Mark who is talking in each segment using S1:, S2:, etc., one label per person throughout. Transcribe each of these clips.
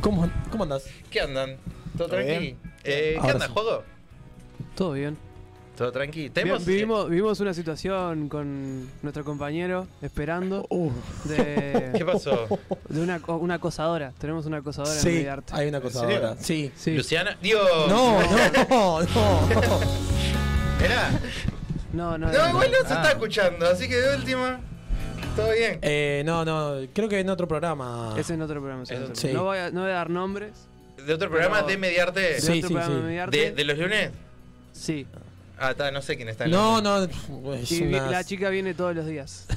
S1: ¿Cómo, cómo andás?
S2: ¿Qué andan?
S1: ¿Todo
S2: ¿Todo tranqui?
S1: bien?
S2: Eh, ¿Qué
S1: Ahora
S2: andan,
S1: sí.
S2: juego?
S3: Todo bien.
S2: ¿Todo tranqui? eh,
S3: Vi-
S2: ¿Tenemos,
S3: vivimos, vivimos una situación con nuestro compañero esperando
S1: Uh,
S2: eh,
S3: de,
S2: ¿Qué pasó?
S3: de una, co- una acosadora. Tenemos una acosadora en
S1: sí,
S3: Mediarte.
S1: hay una cosa
S2: serio?
S1: ahora. Sí.
S3: Sí.
S2: ¿Luciana? Digo,
S1: No, no, no.
S2: ¿Era?
S3: No, no,
S2: No,
S3: no.
S2: igual no se
S1: Ah.
S2: está escuchando, así que de última, todo bien.
S1: Eh, no, no, creo que en otro programa.
S3: Ese es en otro programa. ese es
S2: Eso-
S3: otro
S1: sí.
S3: programa. No, voy a, no voy a dar nombres.
S2: ¿De otro programa
S3: Pero-
S2: de Mediarte?
S3: De
S1: Sí,
S3: otro
S1: sí,
S3: programa
S1: sí.
S3: de Mediarte.
S2: ¿De, de los lunes?
S3: Sí.
S2: Ah, está, no sé quién está. en
S1: No,
S2: el-
S1: no, es
S3: Y vi-
S1: una-
S3: la chica viene todos los días.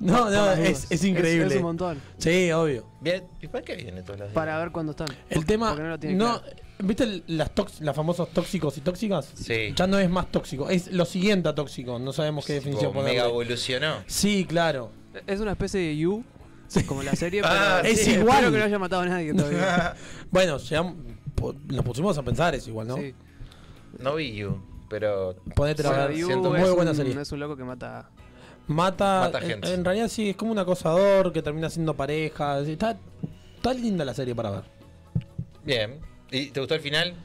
S1: No,
S3: Por
S1: no,
S3: las
S1: es,
S3: dudas.
S1: es increíble.
S3: Es, un montón.
S1: sí, obvio.
S2: Bien, ¿y para qué viene todas las
S3: Para ver cuándo están.
S1: El tema.
S3: Porque no lo
S1: No
S3: tiene claro.
S1: ¿Viste el- las, tox- las famosos tóxicos y tóxicas?
S2: Sí.
S1: Ya no es más tóxico, es lo siguiente a tóxico. No sabemos qué definición
S2: Tipo, mega
S1: ponerle.
S2: evolucionó.
S1: Sí, claro.
S3: Es una especie de You, como la serie,
S2: Ah,
S3: pero
S1: es
S3: sí,
S1: igual.
S3: Espero que no haya matado a nadie todavía.
S1: Bueno, llegamos- po- nos pusimos a pensar, es igual, ¿no?
S3: Sí.
S2: No vi you, pero
S1: Ponete a
S2: Bueno,
S1: ver,
S2: y
S3: You
S2: siento
S1: muy
S3: es
S1: buena
S3: un-
S1: serie.
S3: Es un loco que mata.
S1: Mata,
S2: Mata
S1: en-
S2: gente.
S1: En, realidad sí, es como un acosador que termina siendo pareja. sí, Está, está linda la serie para ver.
S2: bien. ¿Y te gustó el final?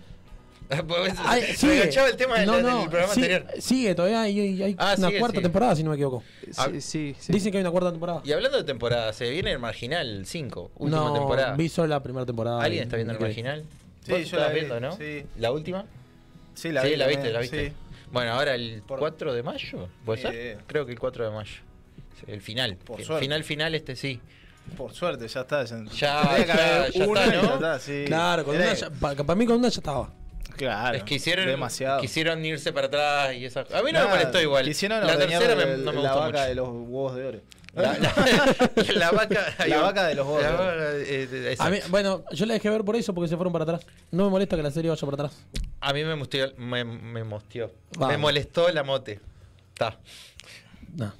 S2: Pues,
S1: Ay,
S2: Se
S1: sigue.
S2: agachaba el tema de
S1: No,
S2: la-
S1: no,
S2: del programa
S1: sí-
S2: anterior.
S1: Sigue, todavía hay, hay- hay
S2: Ah,
S1: una
S2: sigue,
S1: cuarta
S2: sigue.
S1: temporada, si no me equivoco.
S2: Ah.
S3: Sí, sí. sí.
S1: Dicen que hay una cuarta temporada.
S2: Y hablando de temporada, se viene el Marginal 5, última
S1: no,
S2: temporada.
S1: vi solo la primera temporada.
S2: ¿Alguien
S1: y-
S2: está viendo el
S1: y-
S2: Marginal?
S4: Sí,
S2: Vos
S4: yo
S2: estabas
S4: la vi,
S2: viendo, ¿no?
S4: sí.
S2: ¿La última?
S4: Sí, la
S2: sí,
S4: vi
S2: la
S4: también,
S2: viste, la viste.
S4: sí.
S2: Bueno, ahora el
S4: Por-
S2: 4 de mayo, ¿puede
S4: Sí.
S2: ser? Creo que el 4 de mayo. El final.
S4: Por
S2: el
S4: suerte.
S2: final, final, este sí.
S4: Por suerte, ya está. Ya, Tenía
S2: Ya-
S4: que
S2: ya-
S4: haber
S2: ya
S4: una
S2: está,
S4: y
S2: ¿no?
S4: ya está, sí.
S1: Claro, con
S4: Era-
S1: una ya- pa- para mí con una ya estaba.
S4: Claro.
S2: es que hicieron,
S4: Demasiado.
S2: quisieron irse para atrás y esas cosas. A mí no
S4: Nada,
S2: me molestó igual.
S4: Quisieron
S2: la
S4: ordeñar
S2: tercera me-
S4: el-
S2: no me
S4: La
S2: gustó
S4: vaca
S2: mucho.
S4: de los huevos de oro.
S2: La, la- la vaca,
S4: La vaca de los gordos.
S2: La vaca, eh, eh,
S1: A
S2: esa.
S1: mí- bueno, yo la dejé ver por eso porque se fueron para atrás. No me molesta que la serie vaya para atrás.
S2: me mustió- me, me mustió.
S1: Vamos.
S2: Me molestó la mote. Está.
S1: No.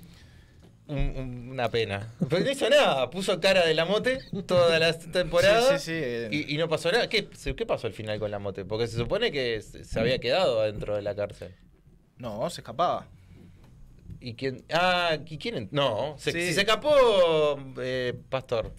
S2: un- un- una pena. Pero no hizo nada, puso cara de la mote toda la temporada.
S4: Sí, sí, sí, eh.
S2: Y, y no pasó nada. ¿Qué, se- qué pasó al final con la mote? Porque se supone que se se había quedado adentro de la cárcel.
S4: No, se escapaba.
S2: ¿Y quién? Ah, ¿y quién? en- No, se,
S4: Sí.
S2: si se escapó eh, Pastor.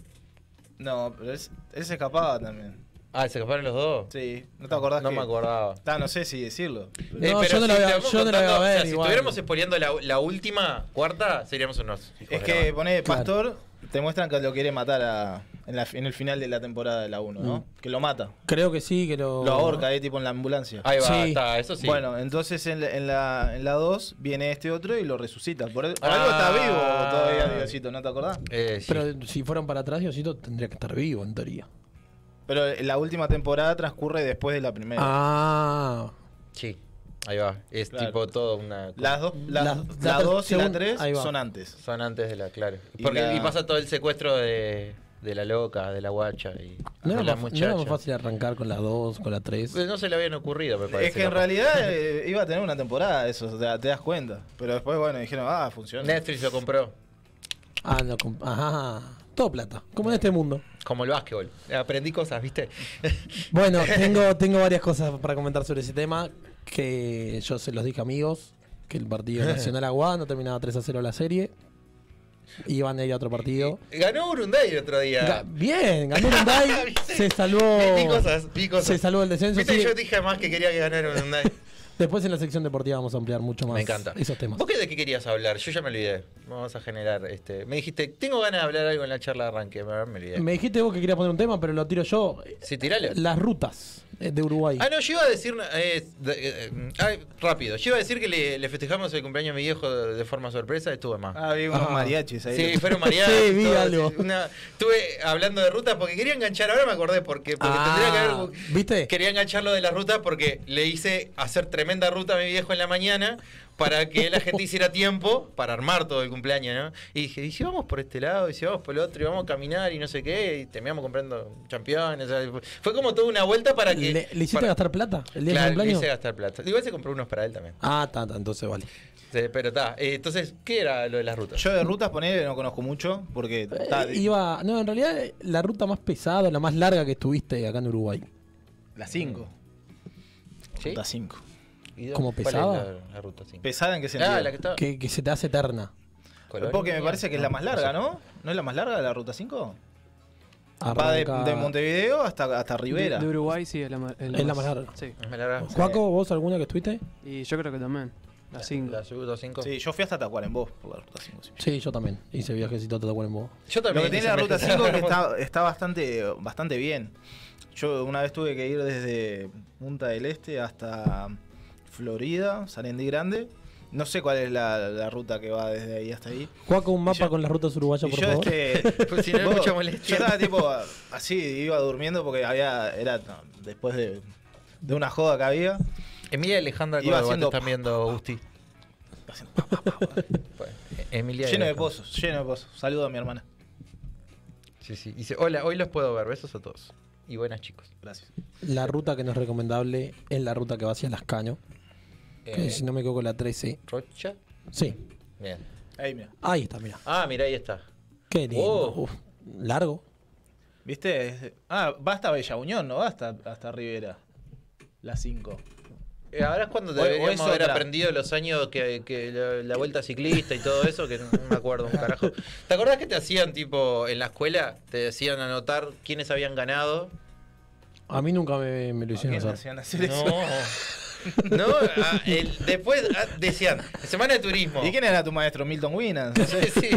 S4: No, pero él, él se escapaba también.
S2: Ah, ¿se escaparon los dos?
S4: Sí, ¿no te acordás
S2: No
S4: que-
S2: me acordaba. Eh,
S4: Tá, no sé si decirlo.
S1: No, yo no la voy a-
S2: estamos
S1: yo no la voy a ver
S2: contando- o sea, si
S1: igual.
S2: estuviéramos exponiendo la, la última, cuarta, seríamos unos. hijos
S4: Es
S2: de
S4: que
S2: la
S4: pone
S1: Claro.
S4: Pastor, te muestran que lo quiere matar a- en, la- en el final de la temporada de la 1, ¿no? Que lo mata.
S1: Creo que sí, que lo.
S4: Lo ahorca, eh, tipo en la ambulancia.
S2: madre. Ahí va,
S1: Sí.
S2: está, eso sí.
S4: Bueno, entonces en la, en la, en la 2 viene este otro y lo resucita. Por, el- por
S2: Ah.
S4: algo está vivo todavía, Diosito, ¿no te acordás?
S2: Eh, sí.
S1: Pero si fueron para atrás, Diosito tendría que estar vivo, en teoría.
S4: Pero la última temporada transcurre después de la primera.
S1: Ah.
S2: Sí, ahí va. Es
S4: Claro.
S2: tipo todo una.
S4: Las dos, la,
S1: Las-
S4: la
S1: la ter-
S4: dos y la
S1: según-
S4: 3
S1: ahí va.
S4: son antes.
S2: Son antes de la, claro.
S4: Y
S2: Porque, y,
S4: la-
S2: pasa todo el secuestro de, de la loca, de la guacha y
S1: No
S2: de
S1: era,
S2: la
S1: más, no era más
S2: muchacha.
S1: fácil arrancar con la 2, con la 3.
S2: Pues no se le habían ocurrido, me parece.
S4: Es que en
S2: capaz.
S4: realidad eh, iba a tener una temporada eso, o sea, te das cuenta. Pero después, bueno, dijeron, ah, funciona.
S2: Netflix lo compró,
S1: Ah, no, com- ajá. Todo plata, como en este mundo.
S2: como el básquetbol. Aprendí cosas, ¿viste?
S1: Bueno, tengo, tengo varias cosas para comentar sobre ese tema. Que yo se los dije amigos. Que el partido Nacional Aguada no terminaba 3 a 0 la serie. Iban a ir a otro partido.
S2: Ganó Urunday el otro
S1: Ga-
S2: día.
S1: bien, ganó Hyundai.
S2: ¿Viste?
S1: se salvó.
S2: Vi cosas, vi cosas.
S1: Se salvó el descenso.
S2: ¿Viste?
S1: sí.
S2: Yo dije más que quería que ganara Urunday.
S1: Después en la sección deportiva vamos a ampliar mucho más
S2: me encanta.
S1: esos temas.
S2: ¿Vos qué, de qué querías hablar? Yo ya me olvidé. Vamos a generar este. Me dijiste, tengo ganas de hablar algo en la charla de arranque. Me me olvidé.
S1: Me dijiste vos que querías poner un tema, pero lo tiro yo.
S2: Sí, tirale.
S1: Las rutas eh, de Uruguay.
S2: Ah, no, yo iba a decir. eh, de- eh, mm, ah, rápido. Yo iba a decir que le, le festejamos el cumpleaños a mi viejo de, de forma sorpresa. Estuve más.
S4: Ah, vi unos
S1: Ah.
S4: mariachis ahí.
S2: sí, fueron mareados.
S1: Sí, vi
S2: todo,
S1: algo.
S2: sí, una- estuve hablando de rutas porque quería enganchar. Ahora me acordé porque, porque
S1: Ah,
S2: tendría que haber.
S1: ¿viste?
S2: Quería engancharlo de las rutas porque le hice hacer tremenda ruta a mi viejo en la mañana para que la gente hiciera tiempo para armar todo el cumpleaños, ¿no? Y dije, y si vamos por este lado, y si vamos por el otro, y vamos a caminar y no sé qué, y terminamos comprando campeones. o sea, fue como toda una vuelta para que.
S1: ¿Le, le hiciste
S2: para-
S1: gastar plata el día
S2: Claro,
S1: del
S2: le
S1: cumpleaños?
S2: hice gastar plata. Igual se compró unos para él también.
S1: Ah, está, está, entonces vale.
S2: Sí, pero está. Eh, entonces, ¿qué era lo de las rutas?
S4: Yo de rutas, poner no conozco mucho, porque ta,
S1: Eh, iba, no, en realidad eh, la ruta más pesada, la más larga que estuviste acá en Uruguay.
S4: las 5.
S2: ¿Sí?
S4: Ruta 5.
S2: ¿Y dónde-
S1: ¿Cómo
S2: cuál
S1: pesaba?
S2: es La, la ruta, sí.
S4: ¿Pesada en qué sentido?
S2: Ah, la que estaba.
S1: Que, que se te hace eterna.
S2: Colonia.
S4: Porque me parece que es la más larga,
S2: sé.
S4: ¿no? ¿No es la más larga la ruta 5? Va de,
S1: Arranca-
S4: de Montevideo hasta, hasta Rivera.
S3: De, de Uruguay sí, es la, ma-
S1: Es la más larga.
S3: Sí.
S2: Me larga.
S1: Juaco, ¿vos alguna que estuviste?
S3: Y yo creo que también. La 5.
S2: La sub- dos cinco.
S4: Sí, yo fui hasta Tacuarembó por la ruta 5.
S1: Sí, yo también. Hice viajecito a Tacuarembó.
S2: Yo
S4: Lo
S2: también.
S4: que tiene
S2: hice
S4: la ruta
S2: mezcla.
S4: 5 es que está, está bastante, bastante bien. Yo una vez tuve que ir desde Punta del Este hasta Florida, Sarandí Grande. No sé cuál es la, la ruta que va desde ahí hasta ahí.
S1: Juaco, un mapa
S4: yo-
S1: con las rutas uruguayas,
S4: Y
S1: por
S4: yo,
S1: favor.
S4: este,
S2: Pues si no hay
S4: vos-
S2: mucha
S4: yo
S2: molestia.
S4: estaba tipo a- así, iba durmiendo porque había era no, después de, de una joda que había.
S2: Emilia y Alejandra
S4: Iba
S2: Córdoba te
S4: haciendo
S2: están
S4: pa,
S2: viendo, Gusti.
S4: haciendo
S2: Bueno, e- Emilia y
S4: Lleno de
S2: Alejandra.
S4: pozos, lleno de pozos. Saludo a mi hermana.
S2: Sí, sí. Dice, hola, hoy los puedo ver. Besos a todos. Y buenas, chicos.
S4: Gracias.
S1: La ruta que no es recomendable es la ruta que va hacia Las Caño. Que
S2: Eh,
S1: si no me equivoco, la 13.
S2: Rocha.
S1: Sí.
S2: Bien.
S4: Ahí mira.
S1: Ahí está, mira.
S2: Ah, mira, ahí está.
S1: Qué lindo.
S2: Oh.
S1: Uf, largo.
S4: ¿Viste? Es- Ah, va hasta Bella Unión, ¿no? Va hasta, hasta Rivera. La 5.
S2: Eh, Ahora es cuando
S4: O- o
S2: deberíamos
S4: es
S2: haber
S4: otra.
S2: aprendido los años que, que la, la vuelta ciclista y todo eso, que no no me acuerdo un carajo. ¿Te acordás que te hacían, tipo, en la escuela, te decían anotar quiénes habían ganado?
S1: A mí nunca me, me lo
S4: ¿Quién
S1: hicieron hacer.
S4: hacían hacer eso?
S2: No, no ah, el- después ah, decían, semana de turismo.
S4: ¿Y quién era tu maestro? Milton Winans. No sé.
S2: Sí,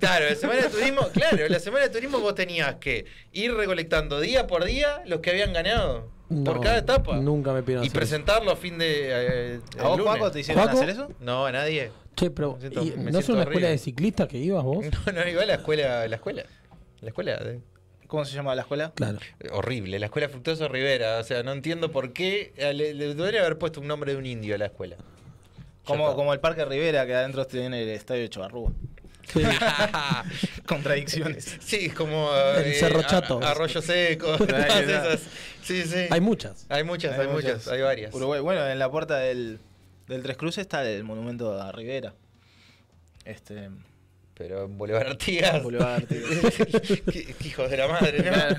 S2: claro, la semana de turismo, claro, la semana de turismo vos tenías que ir recolectando día por día los que habían ganado por
S1: No,
S2: cada etapa
S1: Nunca me pidieron
S2: y
S1: hacer. eso.
S2: presentarlo a fin de eh, el
S4: ¿A vos,
S2: lunes.
S4: Paco, te hicieron
S1: ¿Juaco?
S4: hacer eso?
S2: No, a nadie.
S1: Che, pero.
S2: Me siento-
S1: ¿y ¿No
S2: me
S1: es
S2: siento
S1: una
S2: horrible.
S1: escuela de ciclistas que ibas vos?
S2: No, no, igual la escuela, la escuela. La escuela de-
S4: ¿Cómo se llamaba la escuela?
S1: Claro.
S2: horrible, la escuela Fructuoso Rivera, o sea, no entiendo por qué eh, le, le debería haber puesto un nombre de un indio a la escuela.
S4: Como,
S2: Ya
S4: como el Parque Rivera, que adentro tiene el estadio de Chavarrúa.
S1: Sí.
S2: está.
S4: Contradicciones.
S2: sí, como eh,
S1: El Cerro Chato.
S2: a- Arroyo Seco,
S4: Ahí
S2: todas
S4: está.
S2: esas. Sí, sí.
S1: Hay muchas.
S2: Hay muchas, hay, muchas, hay varias.
S4: Uruguay. Bueno, en la puerta del, del Tres Cruces está el monumento a Rivera. Este.
S2: Pero en Boulevard Artigas.
S4: Boulevard Artigas.
S2: qué, qué hijos de la madre, ¿no?
S4: Claro.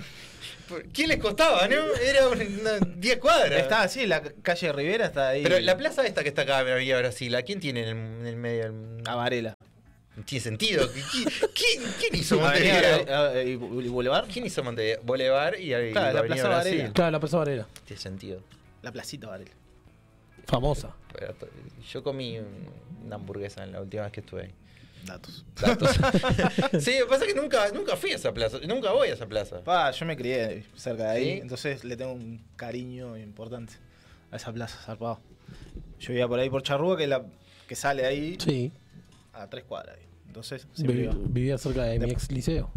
S2: ¿Por- ¿Qué les costaba, no? Era una- 10 cuadras.
S4: Está así, la calle Rivera está ahí.
S2: Pero la plaza esta que está acá en Avenida Brasil, ¿a quién tiene en el, en el medio? del-
S4: A Varela.
S2: No tiene sentido. ¿Qui- qui- ¿Quién, quién hizo Montevideo?
S4: Avenida, eh, eh, ¿Y Boulevard?
S2: ¿Quién hizo Montevideo? Boulevard y, y
S4: Claro, la
S2: Avenida
S4: Plaza
S2: Brasil.
S4: Varela.
S1: Claro, la Plaza Varela.
S2: Tiene sentido.
S4: La placita Varela.
S1: Famosa.
S2: Pero to- Yo comí un- una hamburguesa en la última vez que estuve ahí.
S4: Datos.
S2: Datos. sí, pasa que nunca, nunca fui a esa plaza. Nunca voy a esa plaza.
S4: Pa, yo me crié cerca de ahí,
S2: ¿Sí?
S4: entonces le tengo un cariño importante a esa plaza, zarpado. Yo iba por ahí por Charrúa, que es la que sale ahí
S1: Sí.
S4: a tres cuadras. ahí. Entonces, siempre
S1: Vivi-
S4: iba.
S1: Vivía cerca de mi ex liceo,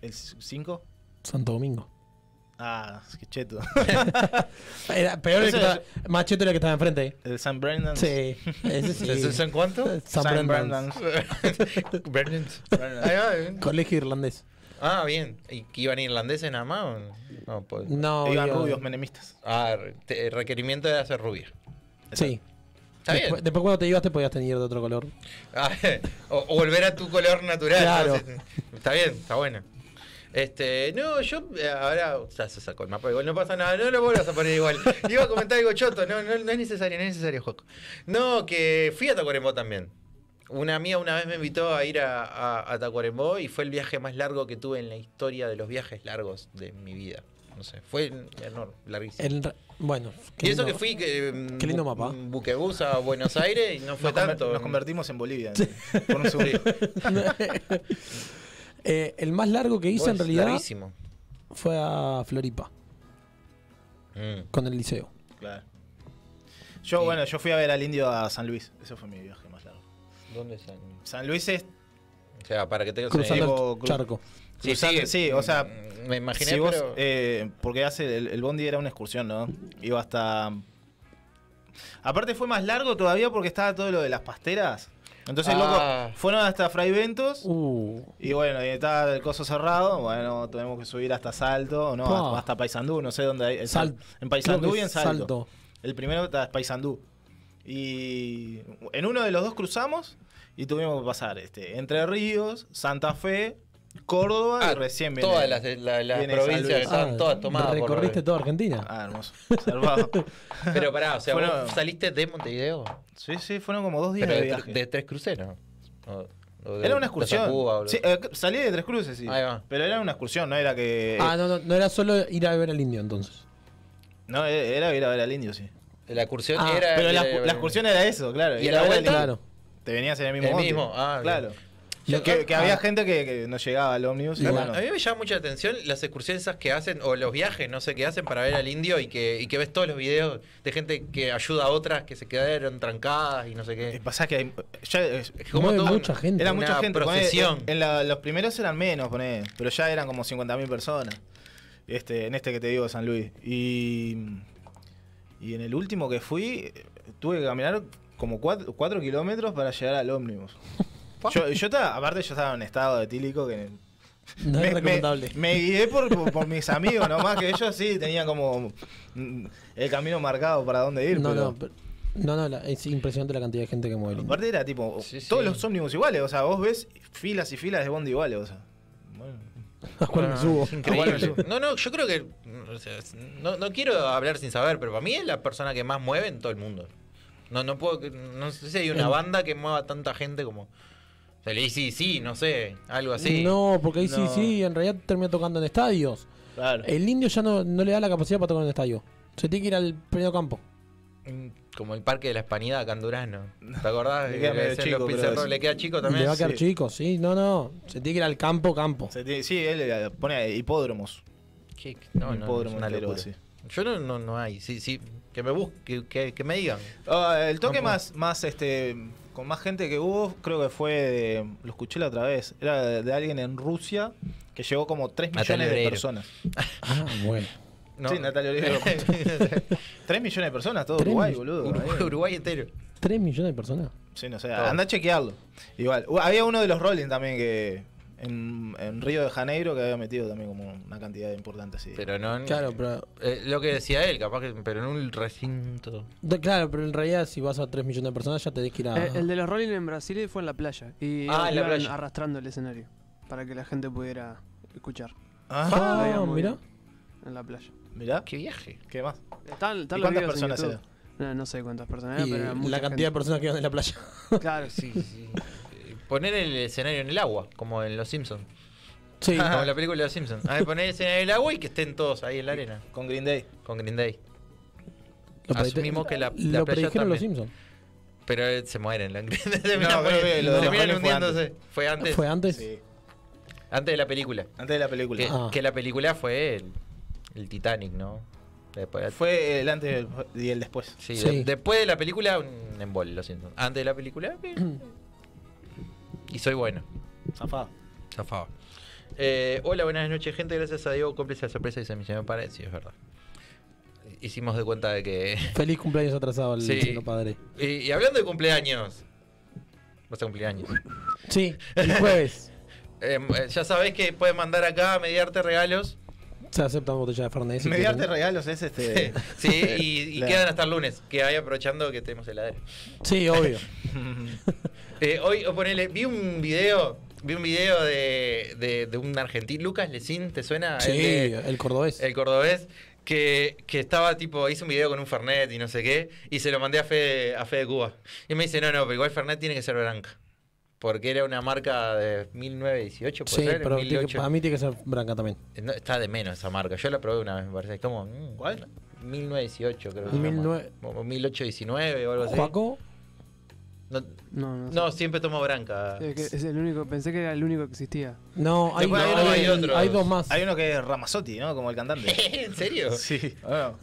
S4: ¿El 5?
S1: Santo Domingo.
S4: Ah, es que cheto.
S1: Era peor el que
S4: Ese-
S1: estaba, Machete era el que estaba enfrente.
S4: El San Brendan.
S1: Sí, ese sí.
S2: ¿Eso en cuánto?
S1: San
S4: San
S1: Brendan's.
S2: Bernards.
S4: Brendan.
S1: Colegio irlandés.
S2: Ah, bien. ¿Y que iban irlandeses nada más? o no? No, pues.
S1: No,
S4: Iban
S1: iba-
S4: rubios menemistas.
S2: Ah, re- te- requerimiento de hacer rubia.
S1: Sí.
S2: Está bien.
S1: Después, después cuando te ibas te podías tener de otro color.
S2: Ah, o, o volver a tu color natural.
S1: Claro.
S2: ¿no? Está bien, está bueno. Este, no, yo eh, ahora ya se sacó el mapa igual, no pasa nada, no lo vuelvas a poner igual. Iba a comentar algo choto, no, no, no es necesario, no es necesario, Joco. No, que fui a Tacuarembó también. Una amiga una vez me invitó a ir a, a- a Tacuarembó y fue el viaje más largo que tuve en la historia de los viajes largos de mi vida. No sé, fue enorme, larguísimo.
S1: En re- bueno. Eh, qué
S2: y eso
S1: lindo.
S2: que fui que, mm,
S1: Qué lindo
S2: bu-
S1: mapa.
S2: buquebús a Buenos Aires y no fue
S4: nos, conver-
S2: tanto.
S4: nos convertimos en Bolivia. Por un segundo.
S1: Eh, el más largo que hice
S2: Vos,
S1: en realidad
S2: larguísimo.
S1: fue a Floripa,
S2: Mm.
S1: con el liceo.
S4: Claro. Yo,
S2: Sí.
S4: bueno, yo fui a ver al indio a San Luis. Ese fue mi viaje más largo.
S2: ¿Dónde están?
S4: San Luis es
S2: O sea, para que tengas
S1: cruzando
S4: digo,
S1: el
S4: cru-
S1: charco.
S2: Sí,
S4: cruzando-
S2: sí,
S4: sí, o sea,
S2: Me imaginé,
S4: Si vos,
S2: pero...
S4: eh, porque hace el, el bondi era una excursión, ¿no? Iba hasta. Aparte fue más largo todavía porque estaba todo lo de las pasteras. Entonces,
S2: Ah.
S4: loco, fueron hasta Fray Ventos
S1: Uh,
S4: y bueno, y estaba el coso cerrado. Bueno, tenemos que subir hasta Salto, o no,
S1: Pa.
S4: hasta, hasta Paysandú, no sé dónde hay. el
S1: Sal-
S4: Sal- en
S1: creo
S4: Paysandú
S1: que
S4: y en Salto. El primero está Paysandú. Y en uno de los dos cruzamos y tuvimos que pasar este, Entre Ríos, Santa Fe, Córdoba
S2: Ah,
S4: y recién viene-
S2: todas las, la- las
S4: viene
S2: provincias
S4: San
S2: que
S4: Luis.
S2: estaban
S1: Ah,
S2: todas tomadas por-
S1: Recorriste toda Argentina.
S4: Ah, hermoso. Salvado.
S2: Pero pará, o sea,
S4: Fueron-
S2: vos saliste de Montevideo.
S4: sí, sí, fueron como dos días
S2: Pero
S4: de
S2: de,
S4: viaje.
S2: de tres cruceros. O- O de
S4: Era una
S2: Plaza
S4: excursión.
S2: Cuba, boludo.
S4: Sí, eh, salí de Tres Cruces, sí.
S2: Ahí va.
S4: Pero era una excursión, no era que.
S1: Ah, no, no, no era solo ir a ver al indio entonces.
S4: No, era era ir a ver al indio, sí.
S2: La excursión
S1: Ah,
S2: era.
S4: eh, Pero
S2: era-
S4: la, la excursión era eso, claro.
S2: ¿Y
S4: ir
S2: la
S4: a ver al
S2: vuelta?
S4: indio.
S1: Claro.
S4: Te venías en el mismo
S2: El
S4: bondi.
S2: mismo, ah,
S4: claro.
S1: bien.
S4: Que, que había
S1: Ah.
S4: gente que, que no llegaba al ómnibus. y
S2: A-
S1: Igual.
S4: bueno.
S2: A mí me llama mucha atención las excursiones esas que hacen, o los viajes, no sé, que hacen para ver al indio y que, y que ves todos los videos de gente que ayuda a otras que se quedaron trancadas y no sé
S4: Eh,
S2: qué.
S4: Pasa que hay, ya, eh,
S2: Es como
S1: Mueve
S2: todo un-
S1: mucha gente.
S4: era
S2: Una
S4: mucha gente. ponele,
S2: procesión.
S4: en- en la- los primeros eran menos, poné, pero ya eran como 50.000 personas. Este, en este que te digo, San Luis. Y, y en el último que fui, eh, tuve que caminar como 4 kilómetros para llegar al ómnibus. Yo, yo estaba, aparte yo estaba en estado etílico que
S1: No
S4: me,
S1: es
S4: me-
S1: recomendable.
S4: Me, guié por, por- por mis amigos nomás, que ellos sí tenían como mm, el camino marcado para dónde ir.
S1: no,
S4: pero-
S1: no, pero- no, no, la- es impresionante la cantidad de gente que mueve el indio.
S4: Aparte era tipo,
S2: Mm. Sí, sí.
S4: todos los ómnibus iguales, o sea, vos ves filas y filas de bondi iguales, o sea. Bueno,
S1: ¿A cuál me
S2: Ah,
S1: subo?
S2: es increíble. No, no, yo creo que. o sea, no, no quiero hablar sin saber, pero para mí es la persona que más mueve en todo el mundo. No, no puedo. No sé si hay una
S1: En-
S2: banda que mueva tanta gente como. O sea, le sí, sí, no sé, algo así.
S1: No, porque ahí sí,
S4: No.
S1: sí, en realidad termina tocando en estadios.
S4: claro.
S2: Eh.
S1: El indio ya no, no le da la capacidad para tocar en el estadio. Se tiene que ir al pleno campo.
S2: Mm, Como el Parque de la Hispanidad acá en Durano. ¿Te acordás?
S4: Le queda
S2: Que
S4: medio
S2: decían
S4: chico,
S2: los
S4: pero
S2: Pizarro,
S4: es-
S2: le queda chico
S1: Y le
S2: también.
S1: va a quedar
S4: Ah, sí.
S1: chico, sí, no, no. Se tiene que ir al campo, campo.
S4: Se tiene- sí, él eh, pone hipódromos.
S2: Qué- No,
S4: un
S2: no, es
S4: hipódromo
S2: una
S4: entero,
S2: locura.
S4: así.
S2: Yo no, no, no hay. Sí, sí, que me busquen, que, que me digan.
S4: Ah, el toque
S2: No puedo.
S4: más, más este, con más gente que hubo, creo que fue de, lo escuché la otra vez, era de, de alguien en Rusia que llegó como 3 millones
S2: Natalia
S4: de
S2: Oreiro.
S4: personas.
S1: Ah, bueno.
S2: No.
S4: Sí, Natalia Oreiro. 3 millones de personas, todo
S1: Tres
S4: Uruguay,
S1: mill-
S4: boludo.
S2: Uruguay,
S4: ahí.
S2: Uruguay entero.
S1: ¿Tres millones de personas?
S4: Sí, no sé,
S2: Todo.
S4: anda a chequearlo. Igual, u- había uno de los Rolling también que en, en Río de Janeiro que había metido también como una cantidad importante así.
S2: Pero no. en-
S1: Claro, pero.
S2: eh, lo que decía él, capaz que. Pero en un recinto.
S1: de- claro, pero en realidad si vas a tres millones de personas ya tenés que ir a.
S3: Eh, el de los Rolling en Brasil fue en la playa. Y
S2: Ah, en la
S3: iban
S2: playa.
S3: arrastrando el escenario para que la gente pudiera escuchar
S4: Ajá,
S3: lo
S1: Ah,
S3: habían movido.
S1: mirá.
S3: en la playa.
S4: mirá,
S2: ¡Qué viaje!
S4: ¿qué más?
S3: Están, están
S4: ¿Y
S3: los
S4: cuántas
S3: videos en
S4: personas
S3: YouTube. No, no sé cuántas
S2: Ah,
S3: personas eran,
S1: Y
S3: pero eran mucha
S1: la cantidad de personas que van en la playa.
S3: gente. Claro, sí.
S2: Sí, sí. Eh, Poner el escenario en el agua, como en Los Simpsons.
S1: Sí.
S2: Como en la película de Los Simpsons. A ver, poner el escenario en el agua y que estén todos ahí en la arena.
S4: Con Green Day.
S2: Con Green Day.
S1: Lo predi-
S2: Asumimos que la- la
S1: Lo
S2: playa
S1: predijeron los
S2: también.
S1: Simpsons.
S2: Pero eh, se mueren. La... terminan
S4: creo que lo de los Rolling
S2: terminan
S4: fue
S2: hundiéndose. Fue antes.
S1: ¿Fue antes?
S4: Sí,
S2: Antes de la película.
S4: antes de la
S2: Que,
S4: película.
S1: Ah.
S2: que la película fue el, el Titanic, ¿no? Después,
S4: Fue el antes y el después.
S2: sí,
S1: Sí.
S2: de- después de la película, un embole, lo siento. Antes de la película, eh, y soy bueno.
S4: Zafado.
S2: Zafado. Eh, hola, buenas noches, gente. Gracias a Diego cómplice la sorpresa y se me llamó para sí, es verdad. Hicimos de cuenta de que.
S1: Feliz cumpleaños atrasado al
S2: Sí.
S1: señor padre.
S2: Y, y hablando de cumpleaños. Vas a cumplir años.
S1: Sí, el jueves
S2: Eh, eh, ya sabés que puedes mandar acá a mediarte regalos.
S1: se aceptan botellas de Fernet. si
S4: Mediarte
S1: quieren.
S4: regalos es este.
S2: Sí, y, y
S4: La-
S2: quedan hasta el lunes, que ahí aprovechando que tenemos heladera.
S1: Sí, obvio.
S2: Eh, hoy, o ponele, vi un video, vi un video de, de, de un argentino, Lucas Lecín, ¿te suena?
S1: Sí,
S2: Ah, El de-
S1: el cordobés.
S2: el cordobés, que, que estaba tipo, hizo un video con un Fernet y no sé qué, y se lo mandé a Fede, a Fede Cuba. Y me dice, no, no, pero igual Fernet tiene que ser blanca. Porque era una marca de 1918, ¿puede
S1: Sí,
S2: ser?
S1: pero tiene que-
S2: 18.
S1: para mí tiene que ser branca también.
S2: No, está de menos esa marca. Yo la probé una vez, me parece. Es como. mm,
S4: ¿Cuál?
S2: 1918, creo. que
S1: 19.
S2: se llama. O 1819 o algo así.
S1: Juaco,
S2: No,
S3: No, no, sé.
S2: no, siempre tomo branca.
S3: Es, que es el único, pensé que era el único que existía.
S1: no, hay,
S4: Después
S1: hay,
S4: hay uno- hay
S2: otros.
S1: hay dos más.
S4: Hay uno que es Ramazotti, ¿no? Como el cantante.
S2: ¿En serio?
S4: Sí. Bueno,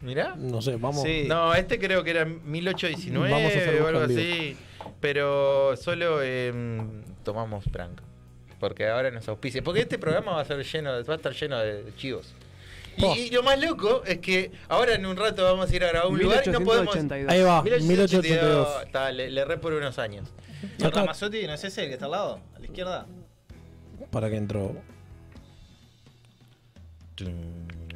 S2: Mirá.
S1: No sé, vamos.
S4: Sí.
S2: No, este creo que era 1819
S1: Vamos a hacer
S2: o algo
S1: busca en
S2: así. Pero solo em, tomamos branca. Porque ahora nos auspicia. Porque este programa va a ser lleno de, va a estar lleno de chivos. Y,
S1: Oh.
S2: y lo más loco es que ahora en un rato vamos a ir a grabar a un lugar y no podemos. Ah,
S3: 1882.
S1: Ahí va,
S2: 1882.
S1: 1882.
S2: Está, le, le erré por unos años.
S1: Ya está.
S4: Ramazotti, ¿no es ese el que está al lado? A la izquierda.
S1: Para que entró.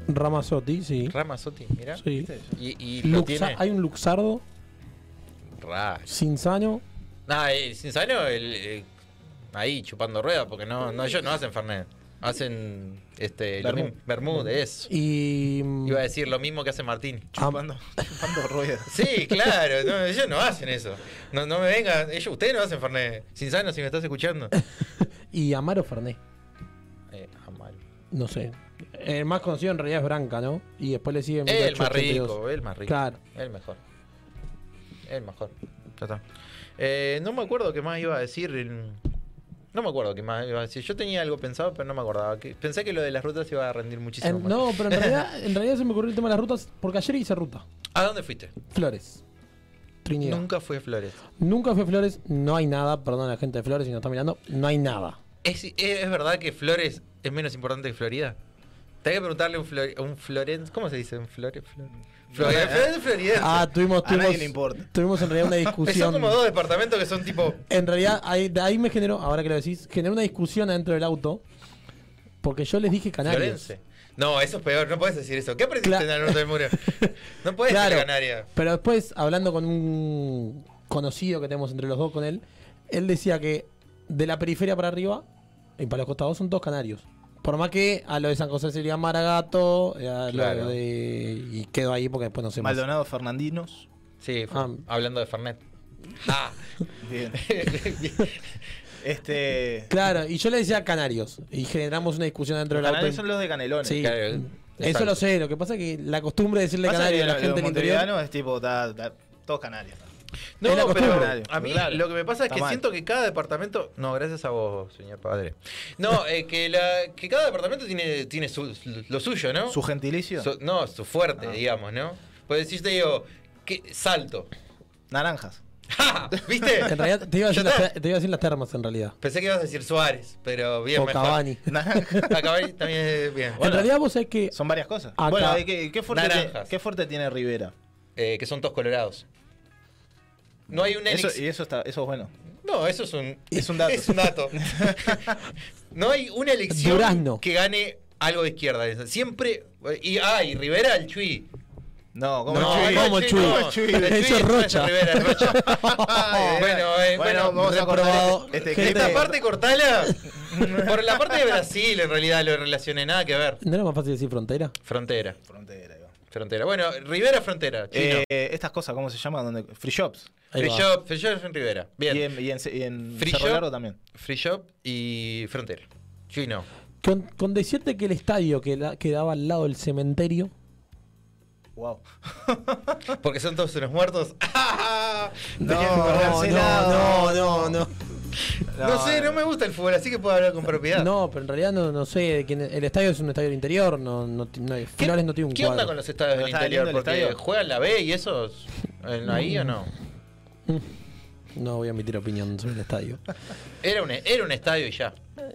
S1: Ramazotti, sí.
S2: Ramazotti, mira.
S1: sí.
S2: Y, y lo
S1: Luxa-
S2: tiene.
S1: hay un Luxardo,
S2: Ra.
S1: Cinzano.
S2: Nah, eh, Cinzano, el, eh, ahí chupando ruedas, porque no, no, ellos no hacen Fernet. Hacen este,
S4: Bermú-
S2: Bermuda, eso.
S1: Y.
S2: Iba a decir lo mismo que hace Martín.
S4: Chupando, chupando ruedas.
S2: Sí, claro, no, ellos no hacen eso. No, no me vengan, ellos, ustedes no hacen Fernet. Sinsano, si me estás escuchando.
S1: Y Amaro Fernet.
S2: Eh, Amaro.
S1: No sé. El más conocido en realidad es Branca, ¿no? Y después le sigue
S2: El más
S1: 1882.
S2: rico, el más rico.
S1: Claro.
S2: El mejor. El mejor. Ya está. Eh, no me acuerdo qué más iba a decir. en- No me acuerdo qué más iba a decir. Yo tenía algo pensado, pero no me acordaba. Que- Pensé que lo de las rutas iba a rendir muchísimo
S1: En-
S2: más.
S1: Eh, no, pero en realidad, en realidad se me ocurrió el tema de las rutas porque ayer hice ruta.
S2: ¿A dónde fuiste?
S1: Flores. Trinidad. Nunca,
S2: Nunca fui a Flores.
S1: fui a Flores, no hay nada. Perdón a la gente de Flores si nos está mirando. No hay nada.
S2: ¿Es, es, es verdad que Flores es menos importante que Florida? Tengo que preguntarle a un, flor, a un Florence. ¿Cómo se dice? ¿Un Flore? Flore, Flore, Flore- Floridense.
S1: eh. Ah, tuvimos,
S4: A nadie
S1: tuvimos,
S4: le importa.
S1: tuvimos en realidad una
S2: Son
S1: discusión.
S2: como dos departamentos que son tipo.
S1: En realidad, ahí, de ahí me generó, ahora que lo decís, generó una discusión adentro del auto. Porque yo les dije canarios.
S2: Florense. No, eso es peor, no puedes decir eso. ¿Qué aprendiste
S1: Cla-
S2: en el norte del muro? No puedes
S1: Claro.
S2: decir Canaria.
S1: Pero después, hablando con un conocido que tenemos entre los dos con él, él decía que de la periferia para arriba y para los costados son dos canarios. Por más que a lo de San José sería Maragato, eh, a lo
S2: Claro.
S1: de- y quedo ahí porque después no sé más.
S4: Maldonado Fernandinos.
S2: Sí, fue-
S1: Ah.
S2: hablando de Fernet. Ah.
S4: Bien. Este.
S1: Claro, y yo le decía canarios. Y generamos una discusión dentro
S4: Los
S1: del auto.
S4: canales son los de Canelones.
S1: Sí,
S2: Claro,
S1: eso
S2: exacto.
S1: lo sé. Lo que pasa es que la costumbre de decirle
S4: Pasa
S1: canario
S4: que
S1: a la
S4: lo-
S1: gente
S4: los
S1: del interior.
S4: montevideanos es tipo, ta- ta- todos canarios.
S2: No,
S1: Es la
S2: pero
S4: costumbre.
S2: a mí
S4: Claro.
S2: lo que me pasa es
S4: Está
S2: que
S4: mal.
S2: siento que cada departamento. No, gracias a vos, señor padre. No, eh, que, la, que cada departamento tiene, tiene su- lo suyo, ¿no?
S4: ¿Su gentilicio?
S2: Su- no, su fuerte,
S4: Ah.
S2: digamos, ¿no? Pues si yo te digo, ¿qué? salto.
S4: Naranjas.
S2: ¡Ja! ¿Viste?
S1: En realidad, te iba, a decir
S2: Ya
S1: las,
S2: está.
S1: te iba a decir las termas en realidad.
S2: Pensé que ibas a decir Suárez, pero bien
S1: O
S2: mejor.
S1: Cavani.
S4: Naranjas.
S2: A Cavani también es bien.
S1: en realidad, vos sabés que
S4: Son varias cosas.
S1: Acá.
S4: Bueno, ¿y ¿qué, qué fuerte
S2: Naranjas.
S4: te- ¿qué fuerte tiene Rivera?
S2: Eh, que son todos colorados. No hay un
S4: Eso,
S2: elix-
S4: y eso, está, eso es bueno.
S2: No, eso es un,
S4: Es un dato.
S2: Es un dato. no hay una elección
S1: Durazno.
S2: que gane algo de izquierda. Es- Siempre. Y, ah, y Rivera el Chuy.
S4: No, como
S1: No,
S4: Chuy.
S1: ¿cómo el Chuy?
S2: no, el
S1: Eso
S2: El
S1: es
S2: Chuy
S1: Rocha.
S2: Rivera, es Rocha. bueno, eh, bueno,
S4: vamos a
S1: reprobado.
S4: cortar este, este
S1: Gente-
S2: Esta
S4: clip.
S2: parte cortala. Por la parte de Brasil, en realidad, lo relacioné. Nada que ver.
S1: ¿No era más fácil decir frontera?
S2: Frontera.
S4: Frontera, ahí va.
S2: Frontera. Bueno, Rivera, frontera. Chino.
S4: Eh, estas cosas, ¿cómo se llama? Donde, free shops.
S1: Ahí
S2: Free
S1: va.
S2: Shop, Free Shop es en Rivera. Bien.
S4: Y en, y en, y en
S2: Free
S4: Cerro
S2: shop.
S4: Largo también.
S2: Free Shop y Frontera. Chino.
S1: Con, con decirte que el estadio que la- quedaba al lado del cementerio
S4: Wow.
S2: Porque son todos unos muertos.
S4: Tenían que guardarse
S1: no,
S4: nada.
S1: no, no.
S2: No, sé, no me gusta el fútbol, así que puedo hablar con propiedad.
S1: No, pero en realidad no, no sé. de quién es. el estadio es un estadio del interior. No, no, ti- no,
S2: ¿Qué,
S1: Flores no tiene un
S2: ¿qué
S1: cuadro.
S2: onda con los estadios
S4: ¿No
S2: del
S4: está
S2: interior?
S4: lindo el
S2: Porque
S4: estadio?
S2: juegan la B y esos en- ahí o no.
S1: No voy a emitir opinión sobre el estadio.
S2: Era un, era un estadio y ya.